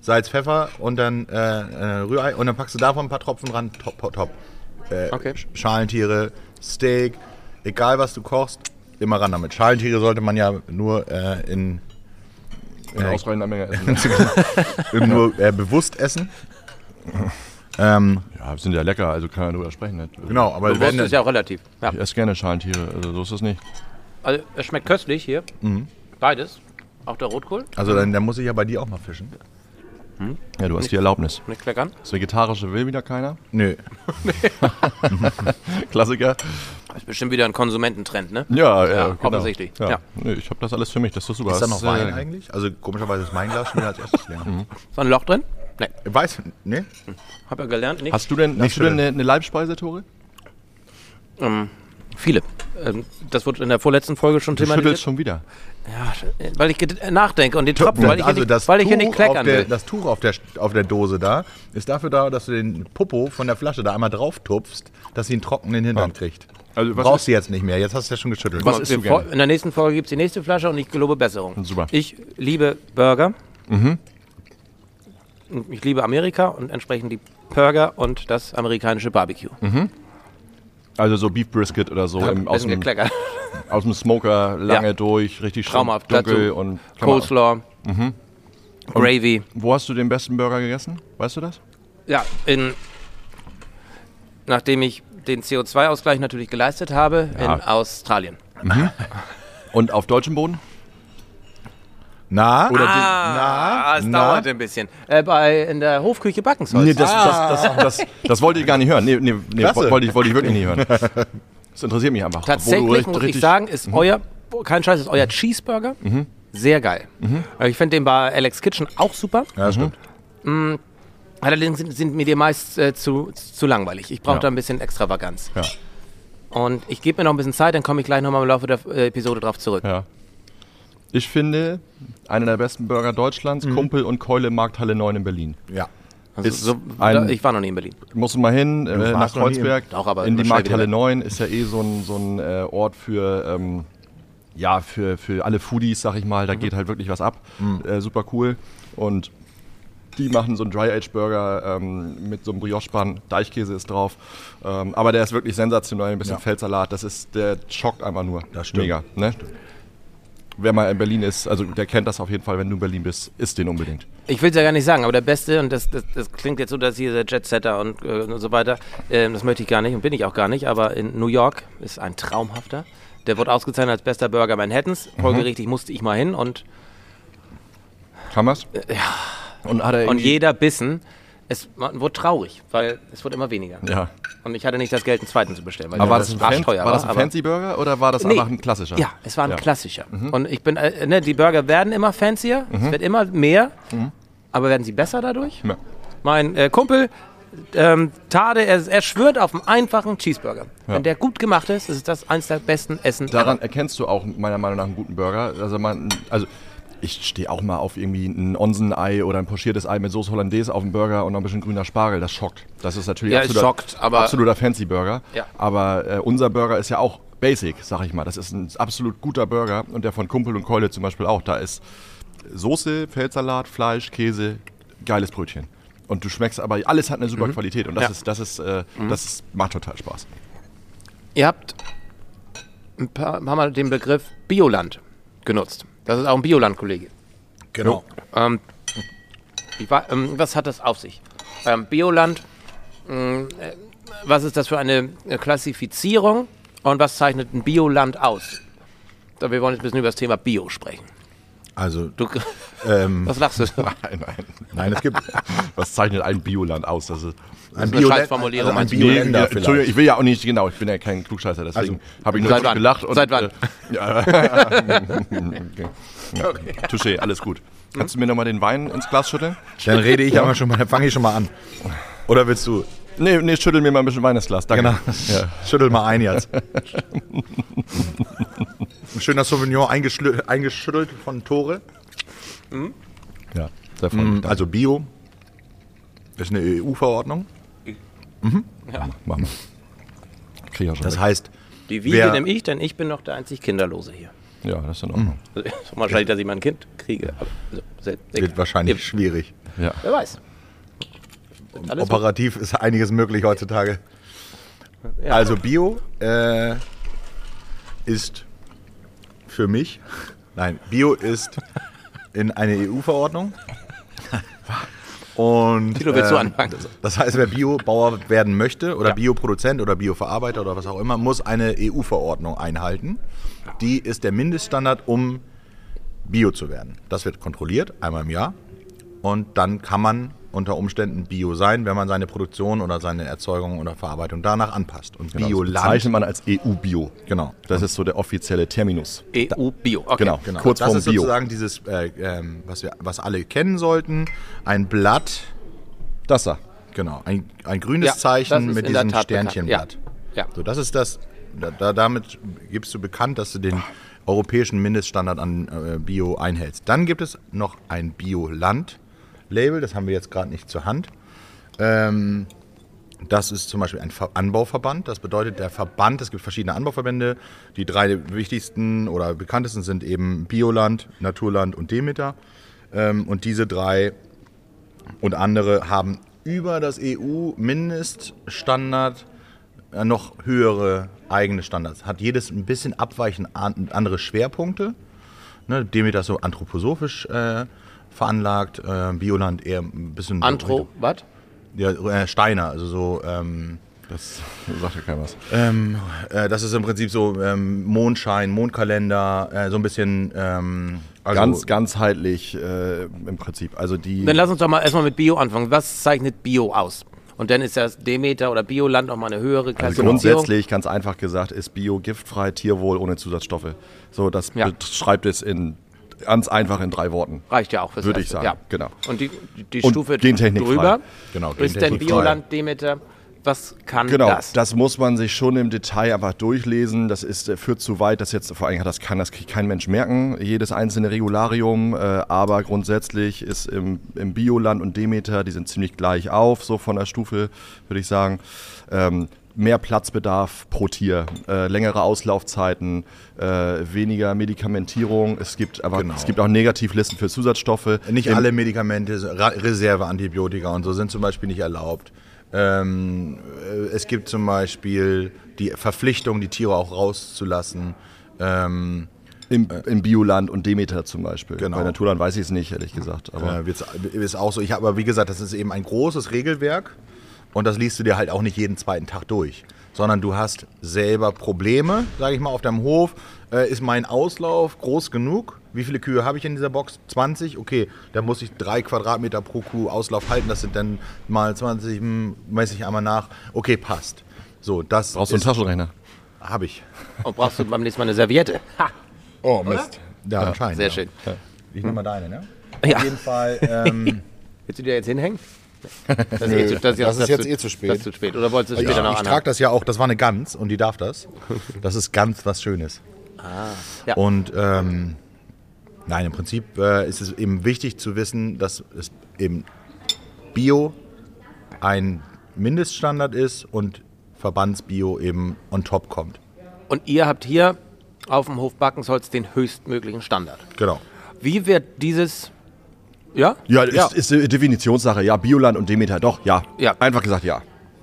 Speaker 4: Salz, Pfeffer und dann äh, äh, Rührei und dann packst du davon ein paar Tropfen ran. Top, top, top.
Speaker 2: okay.
Speaker 4: Schalentiere, Steak, egal was du kochst, immer ran damit. Schalentiere sollte man ja nur äh, in
Speaker 1: in
Speaker 4: Ja, ich-
Speaker 1: ausreichender Menge essen.
Speaker 4: nur äh, bewusst essen. ähm,
Speaker 1: ja, sind ja lecker, also kann ja drüber sprechen. Ne?
Speaker 4: genau, aber wir
Speaker 2: Bewusst
Speaker 4: werden
Speaker 2: ist ja auch relativ. Ja.
Speaker 1: Ich esse gerne Schalentiere, also so ist es nicht.
Speaker 2: Also es schmeckt köstlich hier.
Speaker 1: Mhm.
Speaker 2: Beides. Auch der Rotkohl.
Speaker 4: also dann, dann muss ich ja bei dir auch mal fischen.
Speaker 1: Ja, du hast die Erlaubnis.
Speaker 2: Nicht kleckern.
Speaker 1: Das Vegetarische will wieder keiner.
Speaker 4: Nö.
Speaker 1: Klassiker.
Speaker 2: Ist bestimmt wieder ein Konsumententrend, ne?
Speaker 1: Ja, ja,
Speaker 2: Ja, offensichtlich.
Speaker 1: Ja.
Speaker 2: Ja.
Speaker 1: Nee, ich habe das alles für mich, das ist doch super.
Speaker 4: Ist da
Speaker 1: Das
Speaker 4: noch
Speaker 1: äh,
Speaker 4: Wein eigentlich? Also komischerweise ist mein Glas schon wieder als erstes leer.
Speaker 2: So ein Loch drin? Nee,
Speaker 4: Weiß, ne?
Speaker 2: hab ja gelernt, nicht
Speaker 1: Hast du denn, hast du denn
Speaker 4: schütteln.
Speaker 1: eine, eine Leibspeise, Tore?
Speaker 2: viele. Ähm, das wurde in der vorletzten Folge schon
Speaker 1: Du schüttelst
Speaker 2: thematisiert.
Speaker 1: schon wieder.
Speaker 2: Ja, weil ich ged- äh, nachdenke und den Tropfen, weil ich,
Speaker 4: also
Speaker 2: hier,
Speaker 4: das
Speaker 2: nicht, weil ich hier
Speaker 4: Tuch
Speaker 2: nicht kleckern
Speaker 4: auf der,
Speaker 2: will.
Speaker 4: Das Tuch auf der, auf der Dose da ist dafür da, dass du den Popo von der Flasche da einmal drauf tupfst, dass sie einen trockenen Hintern kriegt.
Speaker 1: Also was
Speaker 4: Brauchst du jetzt nicht mehr, jetzt hast du ja schon geschüttelt.
Speaker 1: Was-
Speaker 2: Und
Speaker 1: isst du
Speaker 2: wir vor-
Speaker 1: gerne?
Speaker 2: in der nächsten Folge gibt es die nächste Flasche und ich gelobe Besserung.
Speaker 1: Super. Mhm.
Speaker 2: Ich liebe Burger. Und Ich liebe Amerika und entsprechend die Burger und das amerikanische Barbecue.
Speaker 1: Also so Beef Brisket oder so im, Mhm. aus, dem,
Speaker 2: gekleckert.
Speaker 1: aus dem Smoker lange
Speaker 2: Ja.
Speaker 1: durch, richtig schön
Speaker 2: Traumhaft.
Speaker 1: dunkel
Speaker 2: Dazu
Speaker 1: und kann man-
Speaker 2: Coleslaw,
Speaker 1: Mhm.
Speaker 2: Gravy.
Speaker 1: Wo hast du den besten Burger gegessen? Weißt du das?
Speaker 2: Ja, in, nachdem ich den CO2-Ausgleich natürlich geleistet habe, in Australien.
Speaker 1: Und auf deutschem Boden?
Speaker 4: Na?
Speaker 1: Oder
Speaker 2: Ah, es dauert ein bisschen. Äh, bei, in der Hofküche Backensholz. Ah.
Speaker 1: Nee, das, das, das, das, das wollte ich gar nicht hören. Nee, nee, nee
Speaker 4: Klasse.
Speaker 1: wollte, ich, wollte ich wirklich nicht hören. Das interessiert mich einfach. Obwohl
Speaker 2: Tatsächlich
Speaker 1: du
Speaker 2: muss
Speaker 1: richtig- Mhm.
Speaker 2: ich sagen, ist euer, kein Scheiß, ist euer Cheeseburger sehr geil.
Speaker 1: Mhm.
Speaker 2: Äh, Ich finde den bei Alex Kitchen auch super.
Speaker 4: Ja, stimmt.
Speaker 2: Allerdings sind, sind mir die meist äh, zu, zu langweilig. Ich brauche da ein bisschen Extravaganz.
Speaker 1: Ja.
Speaker 2: Und ich gebe mir noch ein bisschen Zeit, dann komme ich gleich nochmal im Laufe der äh, Episode drauf zurück.
Speaker 1: Ja. Ich finde, einer der besten Burger Deutschlands,
Speaker 2: Mhm.
Speaker 1: Kumpel und Keule im Markt Halle 9 in Berlin.
Speaker 4: Ja.
Speaker 1: Ist
Speaker 2: Also So, da,
Speaker 1: ein,
Speaker 2: ich war noch nie in Berlin.
Speaker 1: musst du mal hin, äh, nach
Speaker 4: warst noch nie im-
Speaker 1: Kreuzberg,
Speaker 2: Doch, aber
Speaker 1: in die
Speaker 2: schnell
Speaker 1: Markthalle
Speaker 2: wieder
Speaker 1: 9 ist ja eh so ein, so ein äh, Ort für, ähm, ja, für, für alle Foodies, sag ich mal. Da geht halt wirklich was ab. Äh, super cool. Und die machen so einen Dry-Age-Burger ähm, mit so einem Brioche-Bann. Deichkäse ist drauf. Ähm, aber der ist wirklich sensationell. Ein bisschen Feldsalat. Das ist, der schockt einfach nur.
Speaker 4: Das stimmt.
Speaker 1: Mega. Ne? Wer mal in Berlin ist, also der kennt das auf jeden Fall, wenn du in Berlin bist, isst den unbedingt.
Speaker 2: Ich will es ja gar nicht sagen, aber der Beste, und das, das, das klingt jetzt so, dass hier der Jet-Setter und, äh, und so weiter, ähm, das möchte ich gar nicht und bin ich auch gar nicht, aber in New York ist ein traumhafter. Der wurde ausgezeichnet als bester Burger Manhattans.
Speaker 1: Mhm.
Speaker 2: Folgerichtig musste ich mal hin und,
Speaker 1: Kann man's? Ja. Und, hat er
Speaker 2: und
Speaker 1: irgendwie-
Speaker 2: jeder Bissen, es man wurde traurig, weil es wurde immer weniger.
Speaker 1: Ja.
Speaker 2: Und ich hatte nicht das Geld, einen zweiten zu bestellen, weil
Speaker 1: Aber
Speaker 2: der
Speaker 1: war das, ein Fan,
Speaker 2: arschteuer
Speaker 1: war das ein
Speaker 2: aber-
Speaker 1: Fancy Burger oder war das
Speaker 2: Nee.
Speaker 1: einfach ein klassischer?
Speaker 2: Ja, es war ein
Speaker 1: Ja. Mhm.
Speaker 2: klassischer. Und ich bin, äh, ne, die Burger werden immer fancier, es wird immer mehr, aber werden sie besser dadurch?
Speaker 1: Mhm. Ja.
Speaker 2: Mein äh, Kumpel ähm, Tade, er, er schwört auf einen einfachen Cheeseburger. Wenn der gut gemacht ist, ist das eins der besten Essen.
Speaker 1: Daran
Speaker 2: ever.
Speaker 1: erkennst du auch meiner Meinung nach einen guten Burger. Also, man, also ich stehe auch mal auf irgendwie ein Onsen-Ei oder ein pochiertes Ei mit Soße Hollandaise auf dem Burger und noch ein bisschen grüner Spargel. Das schockt. Das ist natürlich
Speaker 2: Ja, es
Speaker 1: absoluter,
Speaker 2: schockt, aber-
Speaker 1: absoluter Fancy Burger.
Speaker 2: Ja.
Speaker 1: Aber äh, unser Burger ist ja auch basic, sag ich mal. Das ist ein absolut guter Burger und der von Kumpel und Keule zum Beispiel auch. Da ist Soße, Feldsalat, Fleisch, Käse, geiles Brötchen. Und du schmeckst aber, alles hat eine super Qualität und das,
Speaker 2: Mhm. Ja. Mhm.
Speaker 1: ist, das, ist, äh, das ist, macht total Spaß.
Speaker 2: Ihr habt ein paar, ein paar Mal den Begriff Bioland genutzt. Das ist auch ein Bioland-Kollege.
Speaker 4: Genau.
Speaker 2: Ähm, ich war, ähm, was hat das auf sich? Ähm, Bioland, ähm, äh, was ist das für eine äh, Klassifizierung und was zeichnet ein Bioland aus? Da wir wollen jetzt ein bisschen über das Thema Bio sprechen.
Speaker 4: Also,
Speaker 2: Du,
Speaker 4: ähm,
Speaker 2: was lachst du?
Speaker 1: Nein, nein.
Speaker 4: nein, es gibt
Speaker 1: Was zeichnet ein Bioland aus? Das ist
Speaker 4: ein
Speaker 2: eine
Speaker 4: Bioland-
Speaker 2: Scheißformulierung,
Speaker 4: also ein
Speaker 2: meinst du?
Speaker 1: ja,
Speaker 4: Bioländer
Speaker 1: Entschuldigung,
Speaker 4: vielleicht. Also,
Speaker 1: ich will ja auch nicht, genau, ich bin ja kein Klugscheißer, deswegen habe ich nur
Speaker 2: Seit
Speaker 1: kurz
Speaker 2: wann?
Speaker 1: gelacht. Und,
Speaker 2: Seit wann?
Speaker 1: Äh, ja, okay. Ja, Touché, alles gut. Kannst du mir nochmal den Wein ins Glas schütteln?
Speaker 4: Dann rede ich aber schon mal, dann fange ich schon mal an. Oder willst du?
Speaker 1: Nee, nee, schüttel mir mal ein bisschen Wein ins Glas, danke.
Speaker 4: Genau. Schüttel mal ein jetzt. Ein schöner Sauvignon eingeschlü- eingeschüttelt von Tore.
Speaker 1: Ja, sehr freundlich.
Speaker 4: Also Bio. Das ist eine E Mhm. EU-Verordnung.
Speaker 1: Mach mal. Krieg ich auch schon
Speaker 4: Das
Speaker 1: weg.
Speaker 4: heißt, Wer-
Speaker 2: Die Wiege nehme ich, denn ich bin noch der einzig Kinderlose hier.
Speaker 1: Ja, das ist
Speaker 4: Mm.
Speaker 1: in Ordnung.
Speaker 2: Also, ist Wahrscheinlich, dass ich mein Kind kriege. aber- Also, sel-
Speaker 4: wird
Speaker 2: egal.
Speaker 4: wahrscheinlich
Speaker 2: Ihr-
Speaker 4: schwierig.
Speaker 1: Ja.
Speaker 2: Wer weiß. Wird Alles so.
Speaker 4: Operativ ist einiges möglich heutzutage. Also Bio äh, ist für mich, nein, Bio ist in eine E EU-Verordnung. Und
Speaker 2: Tilo, willst du
Speaker 4: ähm,
Speaker 2: anfangen?
Speaker 4: das heißt, wer Biobauer werden möchte oder Bioproduzent oder Bioverarbeiter oder was auch immer, muss eine EU-Verordnung einhalten. Die ist der Mindeststandard, um Bio zu werden. Das wird kontrolliert einmal im Jahr und dann kann man unter Umständen Bio sein, wenn man seine Produktion oder seine Erzeugung oder Verarbeitung danach anpasst. Und
Speaker 1: Genau, Das
Speaker 4: Bioland,
Speaker 1: bezeichnet man als EU-Bio.
Speaker 4: genau,
Speaker 1: Das ist so der offizielle Terminus.
Speaker 2: EU-Bio. E Okay.
Speaker 1: Genau.
Speaker 4: genau.
Speaker 1: kurz
Speaker 4: das
Speaker 1: vorm
Speaker 4: ist
Speaker 1: Bio.
Speaker 4: sozusagen dieses, äh, ähm, was wir, was alle kennen sollten, ein Blatt,
Speaker 1: Das da.
Speaker 4: genau, ein, ein grünes
Speaker 2: Ja, das
Speaker 4: Zeichen
Speaker 2: ist
Speaker 4: mit
Speaker 2: in der
Speaker 4: diesem
Speaker 2: Tat bekannt.
Speaker 4: Sternchenblatt.
Speaker 2: Ja. ja.
Speaker 4: So, das ist das. Da, da, damit gibst du bekannt, dass du den europäischen Mindeststandard an äh, Bio einhältst. Dann gibt es noch ein Bioland-Label, das haben wir jetzt gerade nicht zur Hand. Ähm, das ist zum Beispiel ein Ver Anbauverband. Das bedeutet, der Verband, es gibt verschiedene Anbauverbände. Die drei wichtigsten oder bekanntesten sind eben Bioland, Naturland und Demeter. Ähm, und diese drei und andere haben über das EU-Mindeststandard E äh, noch höhere eigene Standards. Hat jedes ein bisschen abweichend an, andere Schwerpunkte. Ne, Demeter ist so anthroposophisch äh, veranlagt, äh, Bioland eher ein bisschen. so
Speaker 2: Antro,
Speaker 4: Richtung-
Speaker 2: was?
Speaker 4: Ja, äh, Steiner, also so. Ähm,
Speaker 1: Das sagt ja keiner was.
Speaker 4: äh, das ist im Prinzip so ähm, Mondschein, Mondkalender, äh, so ein bisschen. Ähm, also-
Speaker 1: Ganz, ganzheitlich äh, im Prinzip. Also die.
Speaker 2: Dann lass uns doch mal erstmal mit Bio anfangen. Was zeichnet Bio aus? Und dann ist das Demeter oder Bioland nochmal eine höhere
Speaker 1: Also
Speaker 2: Klassifizierung.
Speaker 1: grundsätzlich, ganz einfach gesagt, ist Bio giftfrei, Tierwohl ohne Zusatzstoffe. So, das
Speaker 2: Ja.
Speaker 1: beschreibt es in ganz einfach in drei Worten.
Speaker 2: Reicht ja auch fürs
Speaker 1: Würde ich
Speaker 2: Erste.
Speaker 1: sagen,
Speaker 2: Ja.
Speaker 1: genau.
Speaker 2: Und die, die
Speaker 1: Und
Speaker 2: Stufe
Speaker 1: gentechnikfrei.
Speaker 2: drüber
Speaker 4: Genau,
Speaker 2: ist denn
Speaker 4: gentechnikfrei.
Speaker 2: Bioland, Demeter, was kann
Speaker 1: Genau,
Speaker 2: das?
Speaker 1: das. muss man sich schon im Detail einfach durchlesen. Das ist, äh, führt zu weit, das jetzt vor allem hat das kann das kein Mensch merken, jedes einzelne Regularium. Äh, aber grundsätzlich ist im, im Bioland und Demeter, die sind ziemlich gleich auf, so von der Stufe, würde ich sagen. Ähm, mehr Platzbedarf pro Tier, äh, längere Auslaufzeiten, äh, weniger Medikamentierung. Es gibt aber
Speaker 4: Genau.
Speaker 1: es gibt auch Negativlisten für Zusatzstoffe.
Speaker 4: Nicht
Speaker 1: Im-
Speaker 4: alle Medikamente, Ra- Reserveantibiotika und so sind zum Beispiel nicht erlaubt. Ähm, äh, es gibt zum Beispiel die Verpflichtung, die Tiere auch rauszulassen. Ähm,
Speaker 1: im, im Bioland und Demeter zum Beispiel.
Speaker 4: Genau.
Speaker 1: Bei Naturland weiß ich es nicht, ehrlich gesagt. Aber
Speaker 4: äh, wird's- ist auch so. Ich habe aber wie gesagt, das ist eben ein großes Regelwerk und das liest du dir halt auch nicht jeden zweiten Tag durch, sondern du hast selber Probleme, sage ich mal, auf deinem Hof. Äh, ist mein Auslauf groß genug? Wie viele Kühe habe ich in dieser Box? 20? Okay, dann muss ich drei Quadratmeter pro Kuh Auslauf halten. Das sind dann mal 20, hm, messe ich einmal nach. Okay, passt. So, das
Speaker 1: brauchst du einen
Speaker 4: ist-
Speaker 1: Taschenrechner?
Speaker 4: habe ich.
Speaker 2: Und brauchst du beim nächsten Mal eine Serviette? Ha,
Speaker 4: Oh, Mist. Ja, anscheinend.
Speaker 2: sehr
Speaker 4: ja.
Speaker 2: schön.
Speaker 4: Ich nehme mal deine, ne?
Speaker 2: Ja.
Speaker 4: Auf jeden Fall. Ähm,
Speaker 2: Willst du dir jetzt hinhängen? Das ist, eh zu- das
Speaker 4: das ist jetzt
Speaker 2: zu-
Speaker 4: eh zu spät.
Speaker 2: Das ist zu spät. Oder wolltest du es
Speaker 4: Ich,
Speaker 2: später noch
Speaker 4: ich trage
Speaker 2: anhaben?
Speaker 4: das ja auch, das war eine Gans und die darf das. Das ist ganz was Schönes.
Speaker 2: ja.
Speaker 4: Und ähm, nein, im Prinzip äh, ist es eben wichtig zu wissen, dass es eben Bio ein Mindeststandard ist und Verbandsbio eben on top kommt.
Speaker 2: Und ihr habt hier auf dem Hof Backensholz den höchstmöglichen Standard.
Speaker 4: Genau.
Speaker 2: Wie wird dieses... Ja?
Speaker 1: Ja, Ist, ist eine Definitionssache. Ja, Bioland und Demeter, doch, ja.
Speaker 2: Ja.
Speaker 1: Einfach gesagt, ja.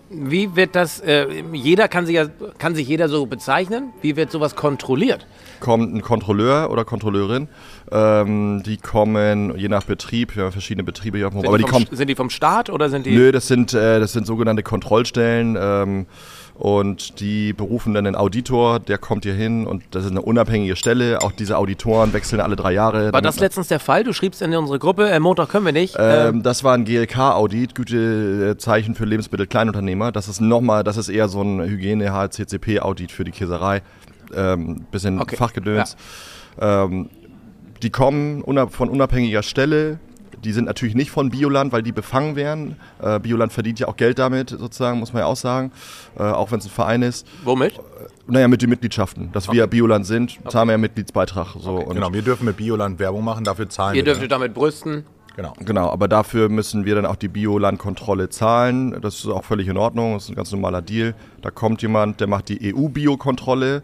Speaker 2: Wie wird das, äh, jeder kann sich, ja, kann sich jeder so bezeichnen? Wie wird sowas kontrolliert?
Speaker 1: Kommt ein Kontrolleur oder Kontrolleurin, ähm, die kommen je nach Betrieb, wir haben verschiedene Betriebe hier auf dem Hof, aber die
Speaker 2: vom,
Speaker 1: kommen.
Speaker 2: sind die vom Staat oder sind die.
Speaker 1: Nö, das sind, äh, das sind sogenannte Kontrollstellen ähm, und die berufen dann einen Auditor, der kommt hier hin und das ist eine unabhängige Stelle. Auch diese Auditoren wechseln alle drei Jahre.
Speaker 2: War das letztens der Fall? Du schriebst in unsere Gruppe, äh, Montag können wir nicht. Äh,
Speaker 1: Ähm, das war ein GLK-Audit, Gütezeichen äh, für Lebensmittel-Kleinunternehmer. Das ist nochmal, das ist eher so ein Hygiene-HCCP-Audit für die Käserei. Ähm, bisschen
Speaker 2: Okay,
Speaker 1: Fachgedöns. Ähm, die kommen unab von unabhängiger Stelle. Die sind natürlich nicht von Bioland, weil die befangen werden. Äh, Bioland verdient ja auch Geld damit, sozusagen, muss man ja auch sagen. Äh, auch wenn es ein Verein ist.
Speaker 2: womit?
Speaker 1: Naja, mit den Mitgliedschaften. Dass wir Bioland sind, zahlen wir ja Mitgliedsbeitrag. So. Und
Speaker 4: Genau, wir dürfen mit Bioland Werbung machen, dafür zahlen
Speaker 2: Ihr
Speaker 4: wir.
Speaker 2: dürftet damit brüsten.
Speaker 4: ne? Genau.
Speaker 1: Genau, aber dafür müssen wir dann auch die Biolandkontrolle zahlen. Das ist auch völlig in Ordnung, das ist ein ganz normaler Deal. Da kommt jemand, der macht die EU-Biokontrolle,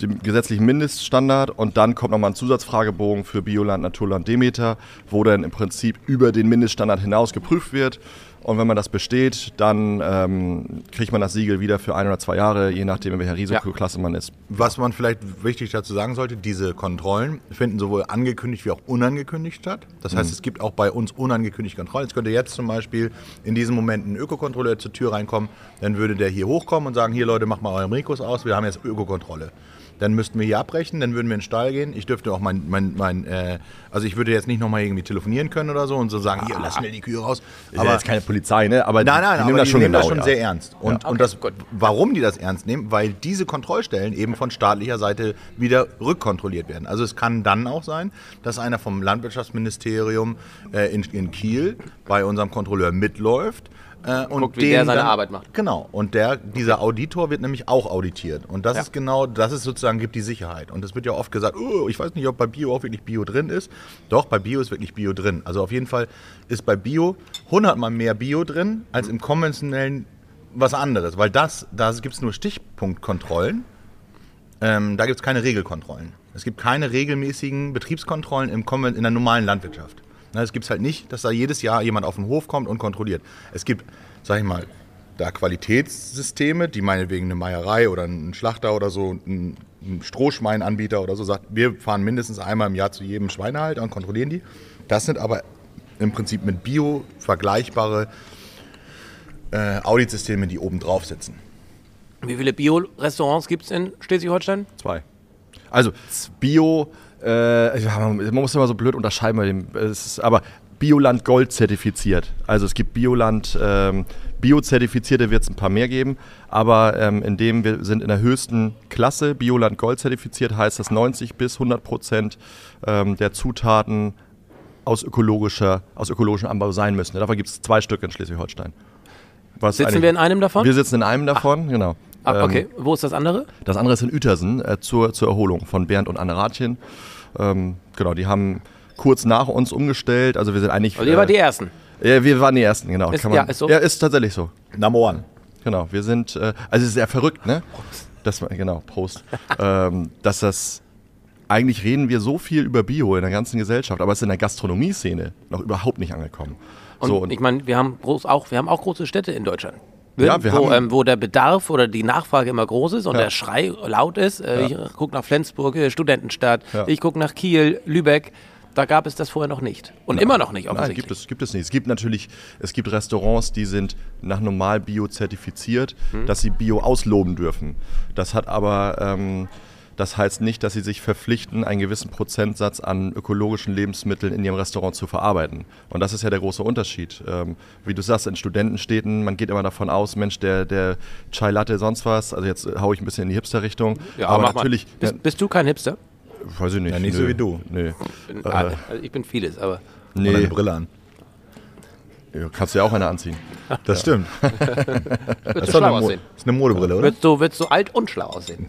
Speaker 1: den gesetzlichen Mindeststandard und dann kommt nochmal ein Zusatzfragebogen für Bioland, Naturland, Demeter, wo dann im Prinzip über den Mindeststandard hinaus geprüft wird. Und wenn man das besteht, dann ähm, kriegt man das Siegel wieder für ein oder zwei Jahre, je nachdem, in welcher Risikoklasse man ist.
Speaker 4: Was man vielleicht wichtig dazu sagen sollte, diese Kontrollen finden sowohl angekündigt wie auch unangekündigt statt. Das
Speaker 1: Mhm.
Speaker 4: heißt, es gibt auch bei uns unangekündigte Kontrollen. Es könnte jetzt zum Beispiel in diesem Moment ein Ökokontrolleur zur Tür reinkommen, dann würde der hier hochkommen und sagen, hier Leute, macht mal euren Rikos aus, wir haben jetzt Ökokontrolle. Dann müssten wir hier abbrechen, dann würden wir in den Stall gehen. Ich dürfte auch mein, mein, mein äh, also ich würde jetzt nicht nochmal irgendwie telefonieren können oder so und so sagen, hier, lass schnell die Kühe raus.
Speaker 1: Ist ja jetzt keine Polizei, ne? Aber
Speaker 4: Nein, nein,
Speaker 1: die
Speaker 4: aber
Speaker 1: nehmen das
Speaker 4: die
Speaker 1: schon
Speaker 4: nehmen
Speaker 1: genau,
Speaker 4: das schon
Speaker 1: ja.
Speaker 4: sehr ernst. Und, und das, warum die das ernst nehmen, weil diese Kontrollstellen eben von staatlicher Seite wieder rückkontrolliert werden. Also es kann dann auch sein, dass einer vom Landwirtschaftsministerium äh, in, in Kiel bei unserem Kontrolleur mitläuft. Äh, und
Speaker 2: Guckt, wie der
Speaker 4: dem
Speaker 2: seine
Speaker 4: dann,
Speaker 2: Arbeit macht.
Speaker 4: Genau. Und der, dieser Auditor wird nämlich auch auditiert. Und das ist genau, das ist sozusagen, gibt die Sicherheit. Und es wird ja oft gesagt, oh, ich weiß nicht, ob bei Bio auch wirklich Bio drin ist. Doch, bei Bio ist wirklich Bio drin. Also auf jeden Fall ist bei Bio hundertmal mehr Bio drin als im konventionellen was anderes. Weil das, da gibt es nur Stichpunktkontrollen. Ähm, da gibt es keine Regelkontrollen. Es gibt keine regelmäßigen Betriebskontrollen im Konven- in der normalen Landwirtschaft. Ne, Na, Es gibt halt nicht, dass da jedes Jahr jemand auf den Hof kommt und kontrolliert. Es gibt, sag ich mal, da Qualitätssysteme, die meinetwegen eine Meierei oder ein Schlachter oder so, ein, ein Strohschweinanbieter oder so sagt, wir fahren mindestens einmal im Jahr zu jedem Schweinehalter und kontrollieren die. Das sind aber im Prinzip mit Bio vergleichbare äh, Auditsysteme, die oben drauf sitzen.
Speaker 2: Wie viele Bio-Restaurants gibt es in Schleswig-Holstein?
Speaker 1: Zwei. Also Bio, äh, ja, man man muss immer so blöd unterscheiden bei dem, es ist, aber Bioland Gold zertifiziert. Also es gibt Bioland, ähm, Bio-zertifizierte wird es ein paar mehr geben, aber ähm, in dem wir sind in der höchsten Klasse, Bioland Gold zertifiziert, heißt dass 90 bis 100 Prozent ähm, der Zutaten aus, ökologischer, aus ökologischem Anbau sein müssen. Davon gibt es zwei Stück in Schleswig-Holstein. Was
Speaker 2: Sitzen
Speaker 1: eigentlich-
Speaker 2: wir in einem davon?
Speaker 1: Wir sitzen in einem davon, genau.
Speaker 2: Ah,
Speaker 1: Ähm,
Speaker 2: okay, wo ist das andere?
Speaker 1: das andere ist in Uetersen äh, zur, zur Erholung von Bernd und Anne Rathchen. Ähm, genau, die haben kurz nach uns umgestellt. Also wir sind eigentlich.
Speaker 2: Also ihr wart die Ersten.
Speaker 1: Ja, wir waren die Ersten, genau.
Speaker 2: Ist- ja, ist so.
Speaker 1: ja, ist tatsächlich so.
Speaker 4: Number one.
Speaker 1: Genau, wir sind, äh, also es ist ja verrückt, ne? Dass man, genau, Prost. ähm, dass das, eigentlich reden wir so viel über Bio in der ganzen Gesellschaft, aber es ist in der Gastronomie-Szene noch überhaupt nicht angekommen.
Speaker 2: Und
Speaker 1: so, und
Speaker 2: ich meine, wir haben groß auch, wir haben auch große Städte in Deutschland.
Speaker 1: Ja, wir
Speaker 2: wo,
Speaker 1: haben-
Speaker 2: ähm, wo der Bedarf oder die Nachfrage immer groß ist und
Speaker 1: Ja.
Speaker 2: der Schrei laut ist. Äh, Ich gucke nach Flensburg, äh, Studentenstadt.
Speaker 1: Ja.
Speaker 2: Ich gucke nach Kiel, Lübeck. Da gab es das vorher noch nicht. Und immer noch nicht,
Speaker 1: Nein,
Speaker 2: offensichtlich.
Speaker 1: gibt es, gibt es nicht. Es gibt natürlich, es gibt Restaurants, die sind nach normal Bio zertifiziert,
Speaker 2: Mhm.
Speaker 1: dass sie Bio ausloben dürfen. Das hat aber, ähm, das heißt nicht, dass sie sich verpflichten, einen gewissen Prozentsatz an ökologischen Lebensmitteln in ihrem Restaurant zu verarbeiten. Und das ist ja der große Unterschied. Ähm, wie du sagst, in Studentenstädten, man geht immer davon aus, Mensch, der, der Chai Latte sonst was, also jetzt haue ich ein bisschen in die Hipster-Richtung.
Speaker 2: Ja,
Speaker 1: aber
Speaker 2: mach mal.
Speaker 1: natürlich, ja,
Speaker 2: Bist, bist du kein Hipster?
Speaker 1: weiß ich nicht.
Speaker 4: Ja, nicht so wie du.
Speaker 1: Nee.
Speaker 2: Bin- also ich bin vieles, aber
Speaker 4: Und eine
Speaker 1: nee.
Speaker 4: Brille an.
Speaker 1: Ja, kannst du ja auch eine anziehen.
Speaker 4: Das stimmt.
Speaker 2: würdest
Speaker 4: Das
Speaker 2: du
Speaker 4: ist, doch
Speaker 2: schlau
Speaker 4: eine Mo-
Speaker 2: aussehen.
Speaker 4: ist eine Modebrille, oder?
Speaker 2: Würdest du, würdest du alt und schlau aussehen.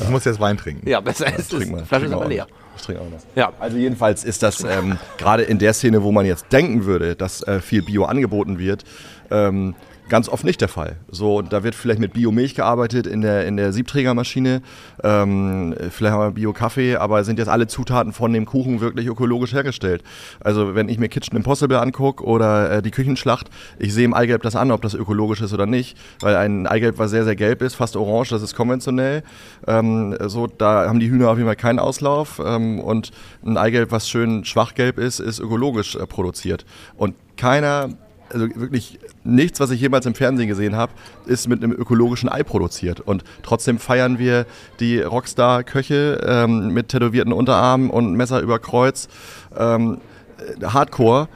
Speaker 4: Ich muss jetzt Wein trinken.
Speaker 2: Ja, besser ist es.
Speaker 1: Trink mal.
Speaker 2: Flasche
Speaker 1: trink
Speaker 2: ist
Speaker 1: mal
Speaker 2: aber leer.
Speaker 1: ordentlich. Ich trinke auch noch.
Speaker 2: Ja.
Speaker 1: Also jedenfalls ist das ähm, gerade in der Szene, wo man jetzt denken würde, dass äh, viel Bio angeboten wird, ähm, ganz oft nicht der Fall. So, und da wird vielleicht mit Biomilch gearbeitet in der, in der Siebträgermaschine, ähm, vielleicht haben wir Bio-Kaffee, aber sind jetzt alle Zutaten von dem Kuchen wirklich ökologisch hergestellt? Also wenn ich mir Kitchen Impossible angucke oder äh, die Küchenschlacht, ich sehe im Eigelb das an, ob das ökologisch ist oder nicht, weil ein Eigelb, was sehr, sehr gelb ist, fast orange, das ist konventionell. Ähm, so, da haben die Hühner auf jeden Fall keinen Auslauf ähm, und ein Eigelb, was schön schwachgelb ist, ist ökologisch äh, produziert. Und keiner, also wirklich nichts, was ich jemals im Fernsehen gesehen habe, ist mit einem ökologischen Ei produziert. Und trotzdem feiern wir die Rockstar-Köche ähm, mit tätowierten Unterarmen und Messer über Kreuz. Ähm, äh, Hardcore.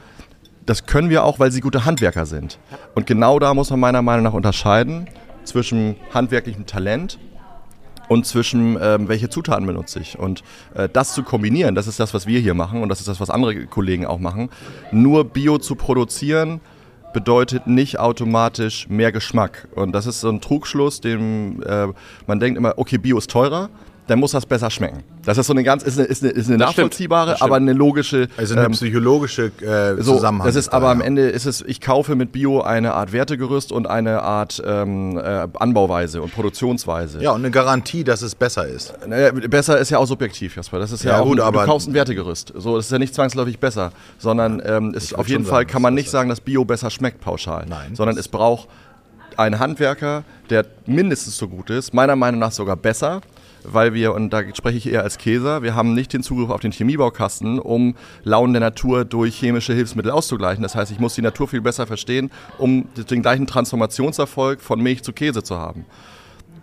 Speaker 1: Das können wir auch, weil sie gute Handwerker sind. Und genau da muss man meiner Meinung nach unterscheiden zwischen handwerklichem Talent und zwischen ähm, welche Zutaten benutze ich. Und äh, das zu kombinieren, das ist das, was wir hier machen und das ist das, was andere Kollegen auch machen. Nur Bio zu produzieren bedeutet nicht automatisch mehr Geschmack. Und das ist so ein Trugschluss, dem äh, man denkt immer, okay, Bio ist teurer, dann muss das besser schmecken. Das ist so eine ganz, ist eine, ist eine, ist eine
Speaker 2: Das stimmt.
Speaker 1: nachvollziehbare,
Speaker 2: Das stimmt.
Speaker 1: aber eine logische ähm,
Speaker 4: Also eine psychologische äh,
Speaker 1: so,
Speaker 4: Zusammenhang.
Speaker 1: Das ist
Speaker 4: ist da,
Speaker 1: aber am
Speaker 4: ja.
Speaker 1: Ende ist es, ich kaufe mit Bio eine Art Wertegerüst und eine Art ähm, äh, Anbauweise und Produktionsweise.
Speaker 4: Ja, und eine Garantie, dass es besser ist.
Speaker 1: Naja, besser ist ja auch subjektiv, Jasper. Das ist ja,
Speaker 4: Ja,
Speaker 1: auch
Speaker 4: gut,
Speaker 1: ein,
Speaker 4: aber-
Speaker 1: du kaufst ein Wertegerüst. So, das ist ja nicht zwangsläufig besser, sondern ähm, ist auf
Speaker 4: würd
Speaker 1: jeden
Speaker 4: schon
Speaker 1: Fall
Speaker 4: sagen,
Speaker 1: kann
Speaker 4: es
Speaker 1: man
Speaker 4: ist
Speaker 1: nicht
Speaker 4: besser.
Speaker 1: sagen, dass Bio besser schmeckt pauschal.
Speaker 4: Nein.
Speaker 1: Sondern es braucht einen Handwerker, der mindestens so gut ist, meiner Meinung nach sogar besser, weil wir, und da spreche ich eher als Käser, wir haben nicht den Zugriff auf den Chemiebaukasten, um Launen der Natur durch chemische Hilfsmittel auszugleichen. Das heißt, ich muss die Natur viel besser verstehen, um den gleichen Transformationserfolg von Milch zu Käse zu haben.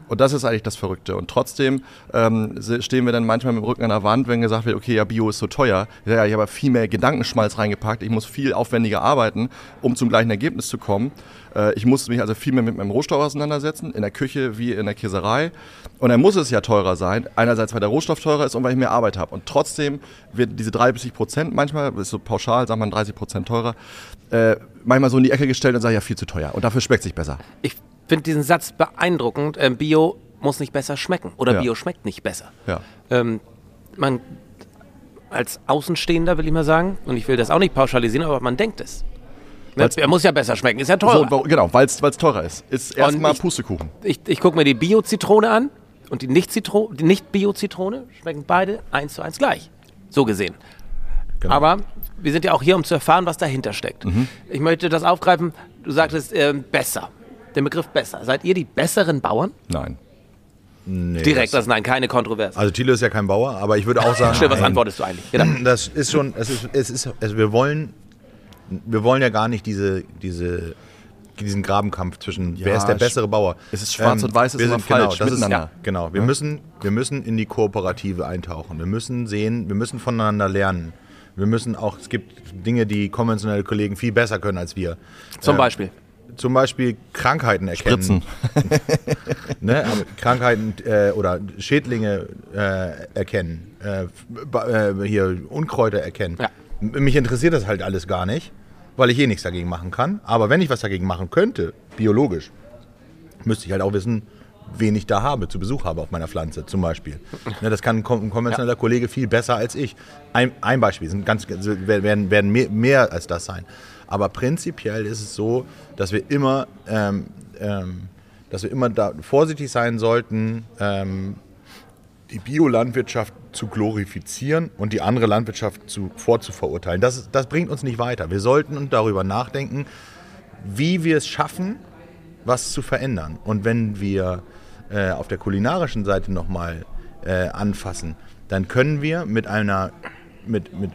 Speaker 1: Und das ist eigentlich das Verrückte. Und trotzdem ähm, se- stehen wir dann manchmal mit dem Rücken an der Wand, wenn gesagt wird, okay, ja, Bio ist so teuer. Ja, ja, ich habe aber viel mehr Gedankenschmalz reingepackt. Ich muss viel aufwendiger arbeiten, um zum gleichen Ergebnis zu kommen. Äh, ich muss mich also viel mehr mit meinem Rohstoff auseinandersetzen, in der Küche wie in der Käserei. Und dann muss es ja teurer sein. Einerseits, weil der Rohstoff teurer ist und weil ich mehr Arbeit habe. Und trotzdem wird diese 30 Prozent manchmal, das ist so pauschal, sagt man 30 Prozent teurer, äh, manchmal so in die Ecke gestellt und sagt, ja, viel zu teuer. Und dafür schmeckt sich besser.
Speaker 2: Ich finde diesen Satz beeindruckend. Ähm, Bio muss nicht besser schmecken oder
Speaker 1: Ja.
Speaker 2: Bio schmeckt nicht besser.
Speaker 1: Ja.
Speaker 2: Ähm, man als Außenstehender will ich mal sagen, und ich will das auch nicht pauschalisieren, aber man denkt es. Ne?
Speaker 1: Weil's-
Speaker 2: Er muss ja besser schmecken, ist ja
Speaker 1: So,
Speaker 2: teurer.
Speaker 1: wa- genau, weil es teurer ist. Ist erstmal
Speaker 2: Oh. ich-
Speaker 1: Pustekuchen.
Speaker 2: ich ich gucke mir die Bio-Zitrone an und die Nicht-Zitro- die Nicht-Bio-Zitrone schmecken beide eins zu eins gleich. So gesehen. Genau. Aber wir sind ja auch hier, um zu erfahren, was dahinter steckt.
Speaker 4: Mhm.
Speaker 2: Ich möchte das aufgreifen. Du sagtest ähm, besser. Den Begriff besser. Seid ihr die besseren Bauern?
Speaker 1: Nein.
Speaker 4: Nee,
Speaker 2: Direkt
Speaker 4: Das,
Speaker 2: das Nein, keine Kontroverse.
Speaker 4: also Thilo ist ja kein Bauer, aber ich würde auch sagen.
Speaker 2: Stimmt, was
Speaker 4: nein.
Speaker 2: antwortest du eigentlich? Genau.
Speaker 4: Das ist schon, es ist, es ist, also wir wollen, wir wollen ja gar nicht diese, diese, diesen Grabenkampf zwischen, wer
Speaker 1: Ja,
Speaker 4: ist der
Speaker 1: sch-
Speaker 4: bessere Bauer. Ähm,
Speaker 1: es ist schwarz und weiß, ist
Speaker 4: wir
Speaker 1: immer
Speaker 4: sind-
Speaker 1: falsch,
Speaker 4: Genau, das ist,
Speaker 1: miteinander.
Speaker 4: ja, genau. Wir, müssen, wir müssen in die Kooperative eintauchen. Wir müssen sehen, wir müssen voneinander lernen. Wir müssen auch, es gibt Dinge, die konventionelle Kollegen viel besser können als wir.
Speaker 2: Zum
Speaker 4: Ähm,
Speaker 2: Beispiel.
Speaker 4: Zum Beispiel Krankheiten erkennen.
Speaker 1: Spritzen.
Speaker 4: ne, aber Krankheiten äh, oder Schädlinge äh, erkennen, äh, ba- äh, hier Unkräuter erkennen.
Speaker 2: Ja.
Speaker 4: M- Mich interessiert das halt alles gar nicht, weil ich eh nichts dagegen machen kann. Aber wenn ich was dagegen machen könnte, biologisch, müsste ich halt auch wissen, wen ich da habe, zu Besuch habe auf meiner Pflanze zum Beispiel. Ne, das kann ein kon- ein konventioneller Kollege viel besser als ich. Ein, ein Beispiel, sind ganz, also werden, werden mehr, mehr als das sein. Aber prinzipiell ist es so, dass wir immer, ähm, ähm, dass wir immer da vorsichtig sein sollten, ähm, die Biolandwirtschaft zu glorifizieren und die andere Landwirtschaft zu, vorzuverurteilen. Das, ist- das bringt uns nicht weiter. Wir sollten darüber nachdenken, wie wir es schaffen, was zu verändern. Und wenn wir äh, auf der kulinarischen Seite nochmal äh, anfassen, dann können wir mit einer mit, mit,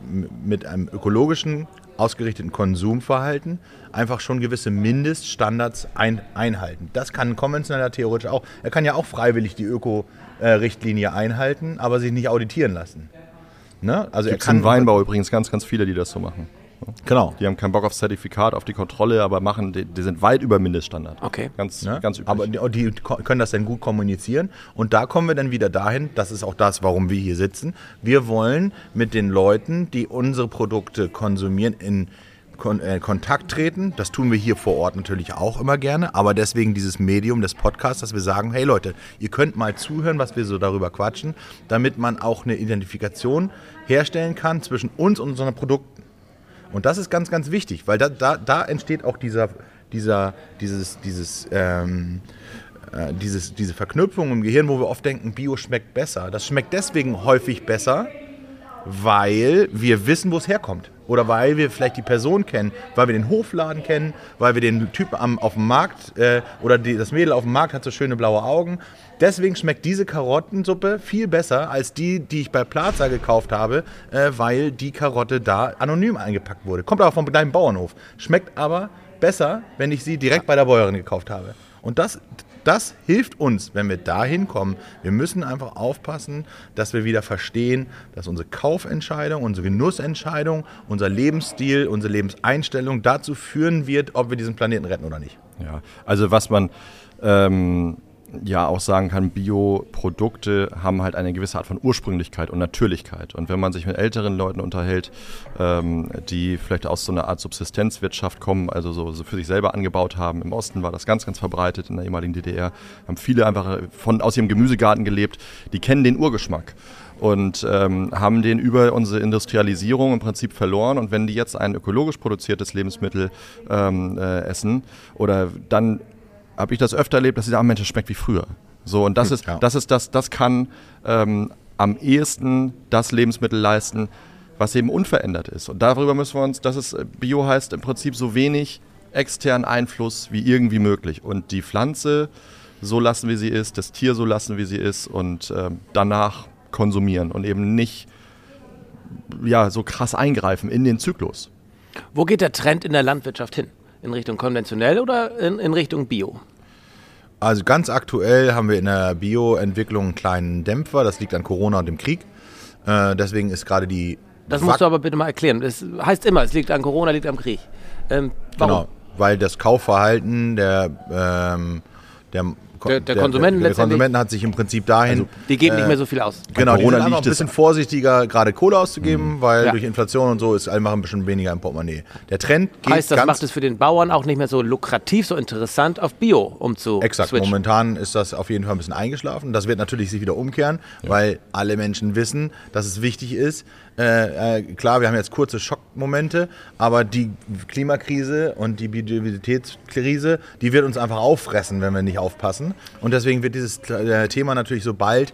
Speaker 4: mit einem ökologischen ausgerichteten Konsumverhalten einfach schon gewisse Mindeststandards ein, einhalten. Das kann ein konventioneller theoretisch auch. Er kann ja auch freiwillig die Öko-Richtlinie einhalten, aber sich nicht auditieren lassen. Ne? Also
Speaker 1: Gibt
Speaker 4: er
Speaker 1: es im
Speaker 4: kann
Speaker 1: Weinbau übrigens ganz, ganz viele, die das so machen.
Speaker 4: Genau.
Speaker 1: Die haben keinen Bock auf Zertifikat, auf die Kontrolle, aber machen, die, die sind weit über Mindeststandard.
Speaker 2: Okay.
Speaker 1: Ganz,
Speaker 4: Ne?
Speaker 1: ganz üblich.
Speaker 4: Aber die, die ko- können das dann gut kommunizieren. Und da kommen wir dann wieder dahin, das ist auch das, warum wir hier sitzen. Wir wollen mit den Leuten, die unsere Produkte konsumieren, in Kon äh, Kontakt treten. Das tun wir hier vor Ort natürlich auch immer gerne. Aber deswegen dieses Medium des Podcasts, dass wir sagen, hey Leute, ihr könnt mal zuhören, was wir so darüber quatschen, damit man auch eine Identifikation herstellen kann zwischen uns und unseren Produkten. Und das ist ganz, ganz wichtig, weil da, da, da entsteht auch dieser, dieser, dieses, dieses, ähm, äh, dieses, diese Verknüpfung im Gehirn, wo wir oft denken, Bio schmeckt besser. Das schmeckt deswegen häufig besser, weil wir wissen, wo es herkommt. Oder weil wir vielleicht die Person kennen, weil wir den Hofladen kennen, weil wir den Typ am, auf dem Markt äh, oder die, das Mädel auf dem Markt hat so schöne blaue Augen. Deswegen schmeckt diese Karottensuppe viel besser als die, die ich bei Plaza gekauft habe, äh, weil die Karotte da anonym eingepackt wurde. Kommt aber vom kleinen Bauernhof. Schmeckt aber besser, wenn ich sie direkt bei der Bäuerin gekauft habe. Und das, das hilft uns, wenn wir da hinkommen. Wir müssen einfach aufpassen, dass wir wieder verstehen, dass unsere Kaufentscheidung, unsere Genussentscheidung, unser Lebensstil, unsere Lebenseinstellung dazu führen wird, ob wir diesen Planeten retten oder nicht.
Speaker 1: Ja, also was man ähm, ja auch sagen kann, Bioprodukte haben halt eine gewisse Art von Ursprünglichkeit und Natürlichkeit. Und wenn man sich mit älteren Leuten unterhält, ähm, die vielleicht aus so einer Art Subsistenzwirtschaft kommen, also so, so für sich selber angebaut haben, im Osten war das ganz, ganz verbreitet in der ehemaligen DDR, haben viele einfach von, aus ihrem Gemüsegarten gelebt, die kennen den Urgeschmack und ähm, haben den über unsere Industrialisierung im Prinzip verloren. Und wenn die jetzt ein ökologisch produziertes Lebensmittel ähm, äh, essen, oder dann habe ich das öfter erlebt, dass sie sagen, ah, Mensch, das schmeckt wie früher. So, und das ist,
Speaker 4: ja.
Speaker 1: das ist das, das kann ähm, am ehesten das Lebensmittel leisten, was eben unverändert ist. Und darüber müssen wir uns, dass es äh, Bio heißt, im Prinzip so wenig externen Einfluss wie irgendwie möglich. Und die Pflanze so lassen, wie sie ist, das Tier so lassen, wie sie ist und ähm, danach konsumieren und eben nicht ja, so krass eingreifen in den Zyklus.
Speaker 2: Wo geht der Trend in der Landwirtschaft hin? In Richtung konventionell oder in, in Richtung Bio?
Speaker 4: Also ganz aktuell haben wir in der Bioentwicklung einen kleinen Dämpfer. Das liegt an Corona und dem Krieg. Äh, deswegen ist gerade die.
Speaker 2: Das
Speaker 4: Wach-
Speaker 2: musst du aber bitte mal erklären. Es heißt immer, es liegt an Corona, liegt am Krieg. Ähm, warum?
Speaker 4: Genau, weil das Kaufverhalten der, ähm, der,
Speaker 2: Der- der Konsumenten
Speaker 4: der, der
Speaker 2: letztendlich-
Speaker 4: Konsumenten hat sich im Prinzip dahin.
Speaker 2: Also, Die geben nicht mehr so viel aus.
Speaker 4: Genau, die
Speaker 1: Corona
Speaker 4: sind einfach ein
Speaker 1: liegt es-
Speaker 4: bisschen vorsichtiger, gerade Kohle auszugeben, weil
Speaker 2: Mhm. Ja.
Speaker 4: durch Inflation und so ist einfach ein bisschen weniger im Portemonnaie. Der Trend geht
Speaker 2: Heißt, das
Speaker 4: ganz
Speaker 2: macht es für den Bauern auch nicht mehr so lukrativ, so interessant, auf Bio umzu
Speaker 4: Exakt.
Speaker 2: switchen.
Speaker 4: Momentan ist das auf jeden Fall ein bisschen eingeschlafen. Das wird natürlich sich wieder umkehren, weil alle Menschen wissen, dass es wichtig ist. Äh, äh, klar, wir haben jetzt kurze Schockmomente, aber die Klimakrise und die Biodiversitätskrise, die wird uns einfach auffressen, wenn wir nicht aufpassen. Und deswegen wird dieses äh, Thema natürlich, sobald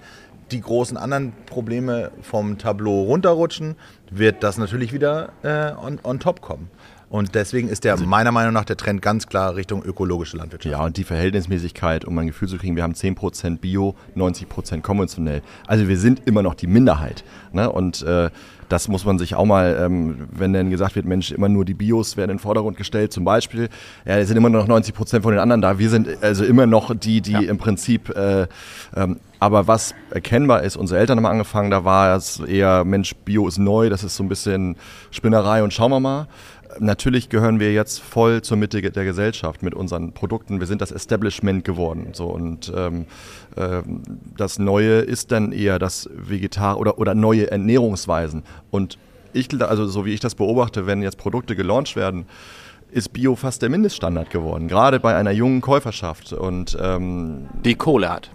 Speaker 4: die großen anderen Probleme vom Tableau runterrutschen, wird das natürlich wieder äh, on, on top kommen. Und deswegen ist der meiner Meinung nach der Trend ganz klar Richtung ökologische Landwirtschaft.
Speaker 1: Ja, und die Verhältnismäßigkeit, um ein Gefühl zu kriegen, wir haben 10% Bio, 90% konventionell. Also wir sind immer noch die Minderheit. Ne? Und äh, das muss man sich auch mal, ähm, wenn dann gesagt wird, Mensch, immer nur die Bios werden in den Vordergrund gestellt, zum Beispiel, ja, es sind immer noch 90% von den anderen da. Wir sind also immer noch die, die im Prinzip äh, ähm, aber was erkennbar ist, unsere Eltern haben angefangen, da war es eher, Mensch, Bio ist neu, das ist so ein bisschen Spinnerei und schauen wir mal. Natürlich gehören wir jetzt voll zur Mitte der Gesellschaft mit unseren Produkten. Wir sind das Establishment geworden. So. Und ähm, ähm, das Neue ist dann eher das Vegetar oder, oder neue Ernährungsweisen. Und ich, gl- also so wie ich das beobachte, wenn jetzt Produkte gelauncht werden, ist Bio fast der Mindeststandard geworden, gerade bei einer jungen Käuferschaft. Und ähm,
Speaker 2: Die Kohle hat.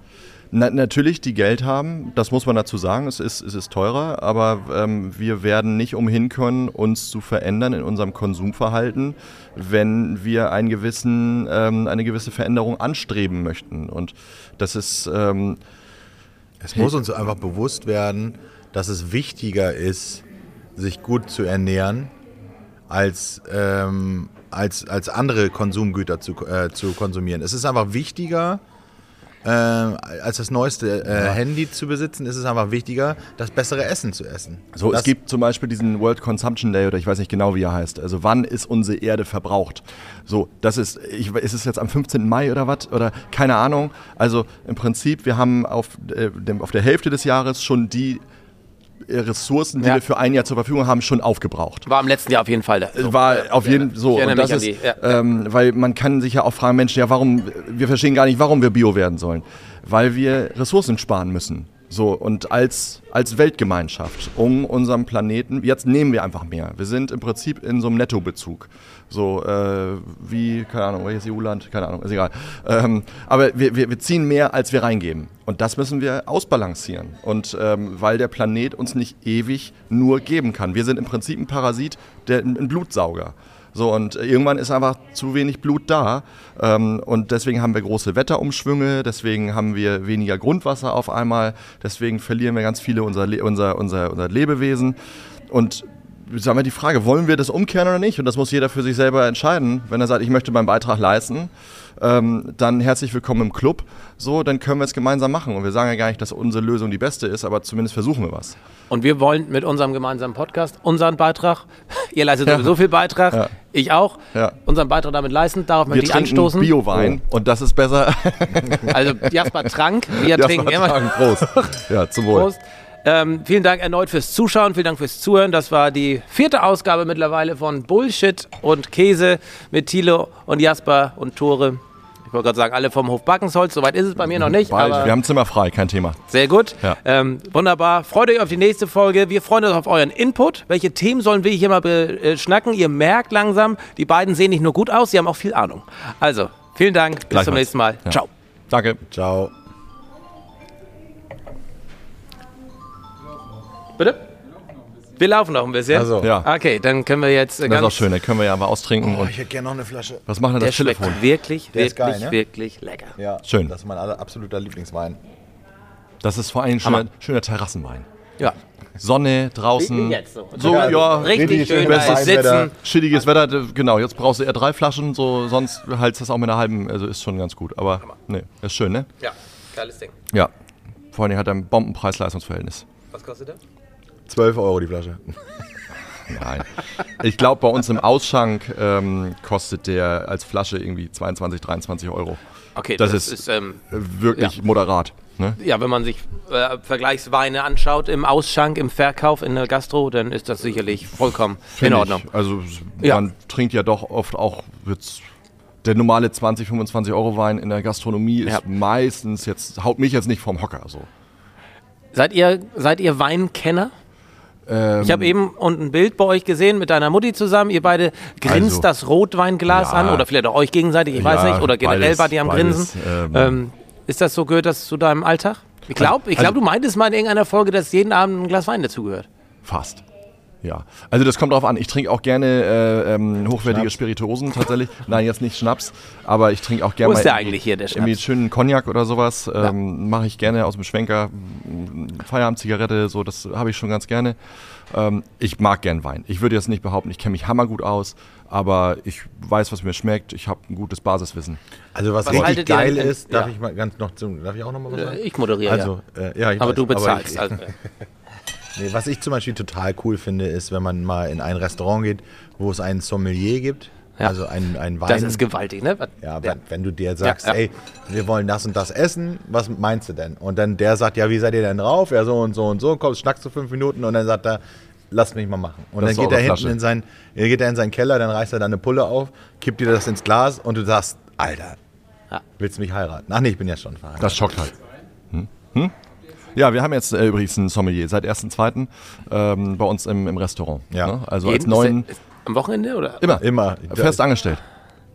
Speaker 1: na, natürlich, die Geld haben, das muss man dazu sagen, es ist, es ist teurer, aber ähm, wir werden nicht umhin können, uns zu verändern in unserem Konsumverhalten, wenn wir einen gewissen, ähm, eine gewisse Veränderung anstreben möchten. Und das ist, ähm,
Speaker 4: Es muss uns einfach bewusst werden, dass es wichtiger ist, sich gut zu ernähren, als, ähm, als, als andere Konsumgüter zu, äh, zu konsumieren. Es ist einfach wichtiger, äh, als das neueste äh, Handy zu besitzen, ist es einfach wichtiger, das bessere Essen zu essen.
Speaker 1: so,
Speaker 4: das,
Speaker 1: es gibt zum Beispiel diesen World Consumption Day oder ich weiß nicht genau, wie er heißt. Also wann ist unsere Erde verbraucht? So, das ist, ich, we- ist es jetzt am 15. Mai oder was? Oder keine Ahnung. Also im Prinzip, wir haben auf, äh, dem, auf der Hälfte des Jahres schon die äh, Ressourcen, die
Speaker 2: Ja.
Speaker 1: wir für ein Jahr zur Verfügung haben, schon aufgebraucht.
Speaker 2: War im letzten Jahr auf jeden Fall da.
Speaker 1: War auf jeden so.
Speaker 2: Ich erinnere
Speaker 1: Und das ist,
Speaker 2: mich an die,
Speaker 1: ähm, weil man kann sich ja auch fragen, Mensch, ja, warum, wir verstehen gar nicht, warum wir Bio werden sollen. Weil wir Ressourcen sparen müssen. So, und als, als Weltgemeinschaft, um unserem Planeten, jetzt nehmen wir einfach mehr. Wir sind im Prinzip in so einem Nettobezug. So, äh, wie, keine Ahnung, welches EU-Land, keine Ahnung, ist egal. Ähm, aber wir, wir, wir ziehen mehr, als wir reingeben. Und das müssen wir ausbalancieren. Und ähm, weil der Planet uns nicht ewig nur geben kann. Wir sind im Prinzip ein Parasit, der, ein Blutsauger. So, und äh, irgendwann ist einfach zu wenig Blut da. Ähm, und deswegen haben wir große Wetterumschwünge, deswegen haben wir weniger Grundwasser auf einmal, deswegen verlieren wir ganz viele unser, Le- unser, unser, unser Lebewesen. Und sagen wir die Frage, wollen wir das umkehren oder nicht? Und das muss jeder für sich selber entscheiden. Wenn er sagt, ich möchte meinen Beitrag leisten, ähm, dann herzlich willkommen im Club. So, dann können wir es gemeinsam machen. Und wir sagen ja gar nicht, dass unsere Lösung die beste ist, aber zumindest versuchen wir was.
Speaker 2: Und wir wollen mit unserem gemeinsamen Podcast unseren Beitrag, ihr leistet sowieso viel Beitrag,
Speaker 1: Ja.
Speaker 2: ich auch,
Speaker 1: Ja.
Speaker 2: unseren Beitrag damit leisten, darauf
Speaker 1: Wir
Speaker 2: möchte ich
Speaker 1: trinken
Speaker 2: anstoßen.
Speaker 1: Biowein und das ist besser.
Speaker 2: Also Jasper Trank, wir
Speaker 1: Ja,
Speaker 2: trinken immer.
Speaker 1: vertragen. Prost. Ja, zum Wohl.
Speaker 2: Prost. Ähm, vielen Dank erneut fürs Zuschauen, vielen Dank fürs Zuhören. Das war die vierte Ausgabe mittlerweile von Bullshit und Käse mit Thilo und Jasper und Tore. Ich wollte gerade sagen, alle vom Hof Backensholz, soweit ist es bei mir noch nicht.
Speaker 1: Bald.
Speaker 2: aber
Speaker 1: Wir haben Zimmer frei, kein Thema.
Speaker 2: sehr gut.
Speaker 1: Ja.
Speaker 2: Ähm, wunderbar. Freut euch auf die nächste Folge. Wir freuen uns auf euren Input. Welche Themen sollen wir hier mal beschnacken? Ihr merkt langsam, die beiden sehen nicht nur gut aus, sie haben auch viel Ahnung. Also, vielen Dank. Bis zum
Speaker 1: Gleichfalls.
Speaker 2: nächsten Mal.
Speaker 1: Ja.
Speaker 2: Ciao.
Speaker 1: Danke.
Speaker 4: ciao.
Speaker 2: Bitte? Wir laufen noch ein bisschen.
Speaker 4: Also.
Speaker 1: Ja,
Speaker 2: Okay, dann können wir jetzt äh,
Speaker 1: das
Speaker 2: ganz.
Speaker 1: ist auch schön. Da können wir ja mal austrinken.
Speaker 4: Oh,
Speaker 1: Und
Speaker 4: ich hätte gerne noch eine Flasche.
Speaker 1: was macht denn
Speaker 2: Der
Speaker 1: das
Speaker 2: schmeckt
Speaker 1: Telefon?
Speaker 2: wirklich,
Speaker 4: Der
Speaker 2: wirklich,
Speaker 4: ist geil, ne?
Speaker 2: wirklich lecker.
Speaker 4: Ja,
Speaker 1: Schön.
Speaker 4: Das ist mein aller- absoluter Lieblingswein.
Speaker 1: Das ist vor allem ein schöner,
Speaker 2: Hammer.
Speaker 1: schöner Terrassenwein.
Speaker 2: Ja.
Speaker 1: Sonne, draußen.
Speaker 2: Jetzt so.
Speaker 1: So, Oh, ja.
Speaker 2: Richtig
Speaker 4: Richtig
Speaker 2: schön
Speaker 4: schön
Speaker 2: da
Speaker 4: bestes
Speaker 2: sitzen.
Speaker 4: Wetter.
Speaker 1: Schittiges Wetter, d- genau. Jetzt brauchst du eher drei Flaschen, so, sonst hältst du das auch mit einer halben. Also ist schon ganz gut. Aber nee, ist schön, ne?
Speaker 2: Ja, geiles Ding.
Speaker 1: Ja. Vor allem hat er ein Bombenpreis-Leistungsverhältnis.
Speaker 2: Was kostet der?
Speaker 4: 12 Euro die Flasche.
Speaker 1: Nein. Ich glaube, bei uns im Ausschank ähm, kostet der als Flasche irgendwie 22, 23 Euro.
Speaker 2: Okay, das,
Speaker 1: Das
Speaker 2: ist,
Speaker 1: ist-
Speaker 2: ähm,
Speaker 1: Wirklich moderat. Ne?
Speaker 2: ja, wenn man sich äh, Vergleichsweine anschaut im Ausschank, im Verkauf, in der Gastro, dann ist das sicherlich vollkommen in
Speaker 1: Finde
Speaker 2: Ordnung.
Speaker 1: Ich. Also s-
Speaker 2: Ja.
Speaker 1: man trinkt ja doch oft auch jetzt der normale 20, 25 Euro Wein in der Gastronomie ist
Speaker 2: Ja.
Speaker 1: meistens jetzt, haut mich jetzt nicht vom Hocker so.
Speaker 2: Seid ihr, seid ihr Weinkenner?
Speaker 1: Ähm,
Speaker 2: ich
Speaker 1: Mhm.
Speaker 2: habe eben unten ein Bild bei euch gesehen mit deiner Mutti zusammen. Ihr beide grinst
Speaker 1: Also-
Speaker 2: das Rotweinglas
Speaker 1: Ja.
Speaker 2: an oder vielleicht auch euch gegenseitig, ich weiß
Speaker 1: Ja,
Speaker 2: nicht. Oder generell
Speaker 1: beides,
Speaker 2: war die am
Speaker 1: beides,
Speaker 2: Grinsen.
Speaker 1: ähm.
Speaker 2: ähm, ist das so, gehört das zu deinem Alltag? Ich glaube, ich glaub,
Speaker 1: also-
Speaker 2: du meintest mal in irgendeiner Folge, dass jeden Abend ein Glas Wein dazugehört.
Speaker 1: Fast. Ja, also das kommt drauf an. Ich trinke auch gerne äh, ähm, hochwertige Spirituosen tatsächlich. Nein, jetzt nicht Schnaps, aber ich trinke auch gerne
Speaker 2: Wo ist der
Speaker 1: irgendwie-
Speaker 2: eigentlich hier, der
Speaker 1: irgendwie
Speaker 2: Schnaps?
Speaker 1: schönen Cognac oder sowas. Ähm, Mache ich gerne aus dem Schwenker. m, Feierabend-Zigarette, so, das habe ich schon ganz gerne. Ähm, ich mag gern Wein. Ich würde jetzt nicht behaupten, ich kenne mich hammergut aus, aber ich weiß, was mir schmeckt. Ich habe ein gutes Basiswissen.
Speaker 4: Also was,
Speaker 2: Was
Speaker 4: richtig
Speaker 2: haltet ihr
Speaker 4: geil
Speaker 2: denn-
Speaker 4: ist, darf
Speaker 2: ja.
Speaker 4: ich mal ganz noch zum, darf ich auch noch mal was sagen?
Speaker 2: Äh, Ich moderiere
Speaker 4: also,
Speaker 2: ja.
Speaker 4: äh, ja, ich
Speaker 2: Aber
Speaker 4: weiß,
Speaker 2: du bezahlst.
Speaker 4: ich,
Speaker 2: also,
Speaker 4: Nee, was ich zum Beispiel total cool finde, ist, wenn man mal in ein Restaurant geht, wo es einen Sommelier gibt,
Speaker 2: Ja.
Speaker 4: also einen, einen Wein.
Speaker 2: das ist gewaltig, ne?
Speaker 4: ja, wenn, wenn du dir sagst,
Speaker 2: ja.
Speaker 4: ey, wir wollen das und das essen, was meinst du denn? Und dann der sagt, ja, wie seid ihr denn drauf? Ja, so und so und so, kommst, schnackst du fünf Minuten und dann sagt er, lass mich mal machen. Und
Speaker 1: Das ist
Speaker 4: dann geht
Speaker 1: eure
Speaker 4: er hinten
Speaker 1: Flasche.
Speaker 4: in seinen, er geht er in seinen Keller, dann reißt er da eine Pulle auf, kippt dir das ins Glas und du sagst, Alter,
Speaker 2: Ja.
Speaker 4: willst du mich heiraten? Ach nee, ich bin ja schon verheiratet.
Speaker 1: Das schockt halt. Hm? Hm? Ja, wir haben jetzt äh, übrigens einen Sommelier seit 1.2. Ähm, bei uns im, im Restaurant.
Speaker 4: Ja.
Speaker 1: Ne? Also
Speaker 2: Jeden-
Speaker 1: als neuen.
Speaker 2: ist- ist- Am Wochenende oder?
Speaker 1: Immer.
Speaker 4: Immer.
Speaker 1: Fest angestellt.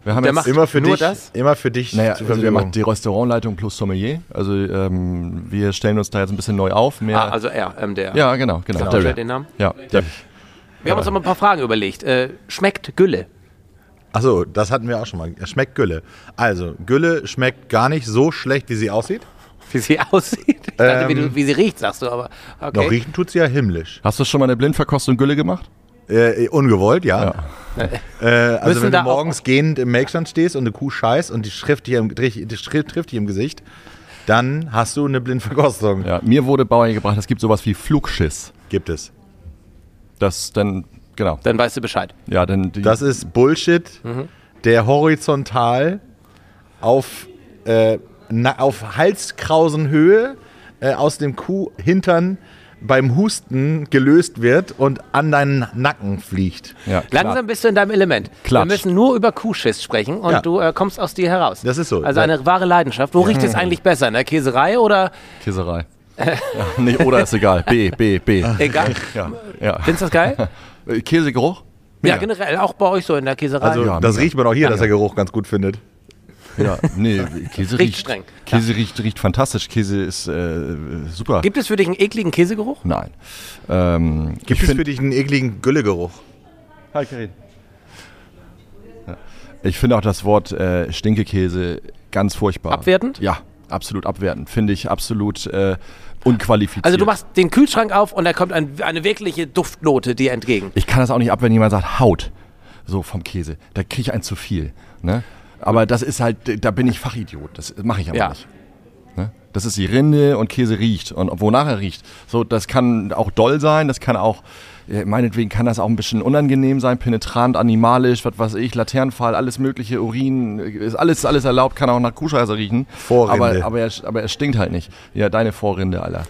Speaker 1: Wir haben
Speaker 2: Der
Speaker 1: jetzt
Speaker 2: macht-
Speaker 4: Immer für
Speaker 2: Nur
Speaker 4: dich,
Speaker 2: das?
Speaker 4: immer für dich
Speaker 1: Naja, also wir
Speaker 4: zur Verfügung.
Speaker 1: machen die Restaurantleitung plus Sommelier. Also ähm, wir stellen uns da jetzt ein bisschen neu auf. Mehr,
Speaker 2: Ah, also er, ähm, der.
Speaker 1: ja, genau, genau.
Speaker 2: Genau,
Speaker 1: Derry.
Speaker 2: stellt den Namen.
Speaker 1: Ja, Derry.
Speaker 2: Wir haben uns noch mal ein paar Fragen überlegt. Äh, schmeckt Gülle?
Speaker 4: Achso, das hatten wir auch schon mal. Schmeckt Gülle. Also, Gülle schmeckt gar nicht so schlecht, wie sie aussieht.
Speaker 2: Wie sie aussieht? Ich dachte, wie, du, wie sie riecht, sagst du, aber okay.
Speaker 4: Ähm. Noch riechen tut sie ja himmlisch.
Speaker 1: Hast du schon mal eine Blindverkostung Gülle gemacht?
Speaker 4: Äh, ungewollt, ja. Äh, also,
Speaker 2: Müssen
Speaker 4: wenn
Speaker 2: da
Speaker 4: du
Speaker 2: auch-
Speaker 4: morgens gehend im Melkstand stehst und eine Kuh scheißt und die Schrift hier im, die Schrift trifft dich im Gesicht, dann hast du eine Blindverkostung.
Speaker 1: Ja, mir wurde beigebracht, es gibt sowas wie Flugschiss.
Speaker 4: Gibt es.
Speaker 1: Das dann, genau.
Speaker 2: Dann weißt du Bescheid.
Speaker 1: Ja, dann die,
Speaker 4: Das ist Bullshit,
Speaker 1: Mhm.
Speaker 4: der horizontal auf, äh, na, auf Halskrausenhöhe äh, aus dem Kuhhintern beim Husten gelöst wird und an deinen Nacken fliegt.
Speaker 1: ja,
Speaker 2: Langsam bist du in deinem Element.
Speaker 1: Klatsch.
Speaker 2: Wir müssen nur über Kuhschiss sprechen und
Speaker 4: Ja.
Speaker 2: du äh, kommst aus dir heraus.
Speaker 4: Das ist so.
Speaker 2: Also eine wahre Leidenschaft. Wo riecht es eigentlich besser? In der Käserei oder
Speaker 1: klar. Käserei. ja, nicht, oder ist egal. B, B, B.
Speaker 2: egal?
Speaker 1: Ja, ja.
Speaker 2: Findest du das geil?
Speaker 1: Äh, Käsegeruch?
Speaker 2: ja,
Speaker 1: Mega.
Speaker 2: generell, auch bei euch so in der Käserei.
Speaker 4: Also
Speaker 1: Ja,
Speaker 4: das
Speaker 1: mega.
Speaker 4: riecht man auch hier, dass der Geruch ganz gut findet.
Speaker 1: Ja, nee, Käse riecht,
Speaker 2: Riecht streng.
Speaker 1: Käse riecht, riecht fantastisch. Käse ist äh, super.
Speaker 2: Gibt es für dich einen ekligen Käsegeruch?
Speaker 1: Nein. Ähm,
Speaker 4: Gibt es für dich einen ekligen Güllegeruch?
Speaker 1: Ich finde auch das Wort äh, Stinkekäse ganz furchtbar.
Speaker 2: Abwertend?
Speaker 1: Ja, absolut abwertend. Finde ich absolut äh, unqualifiziert.
Speaker 2: Also du machst den Kühlschrank auf und da kommt ein, eine wirkliche Duftnote dir entgegen.
Speaker 1: Ich kann das auch nicht ab, wenn jemand sagt Haut. So vom Käse. Da kriege ich einen zu viel. Ne? Aber das ist halt, da bin ich Fachidiot. Das mache ich aber
Speaker 2: Ja.
Speaker 1: nicht. Ne? Das ist die Rinde und Käse riecht. Und wonach er riecht. So, das kann auch doll sein. Das kann auch, äh, meinetwegen kann das auch ein bisschen unangenehm sein. Penetrant, animalisch, was weiß ich, Laternenfall, alles mögliche, Urin. äh, Ist alles, alles erlaubt. Kann auch nach Kuhscheiße riechen.
Speaker 4: Vorrinde.
Speaker 1: Aber, aber, er, aber er stinkt halt nicht. Ja, deine Vorrinde, Alter.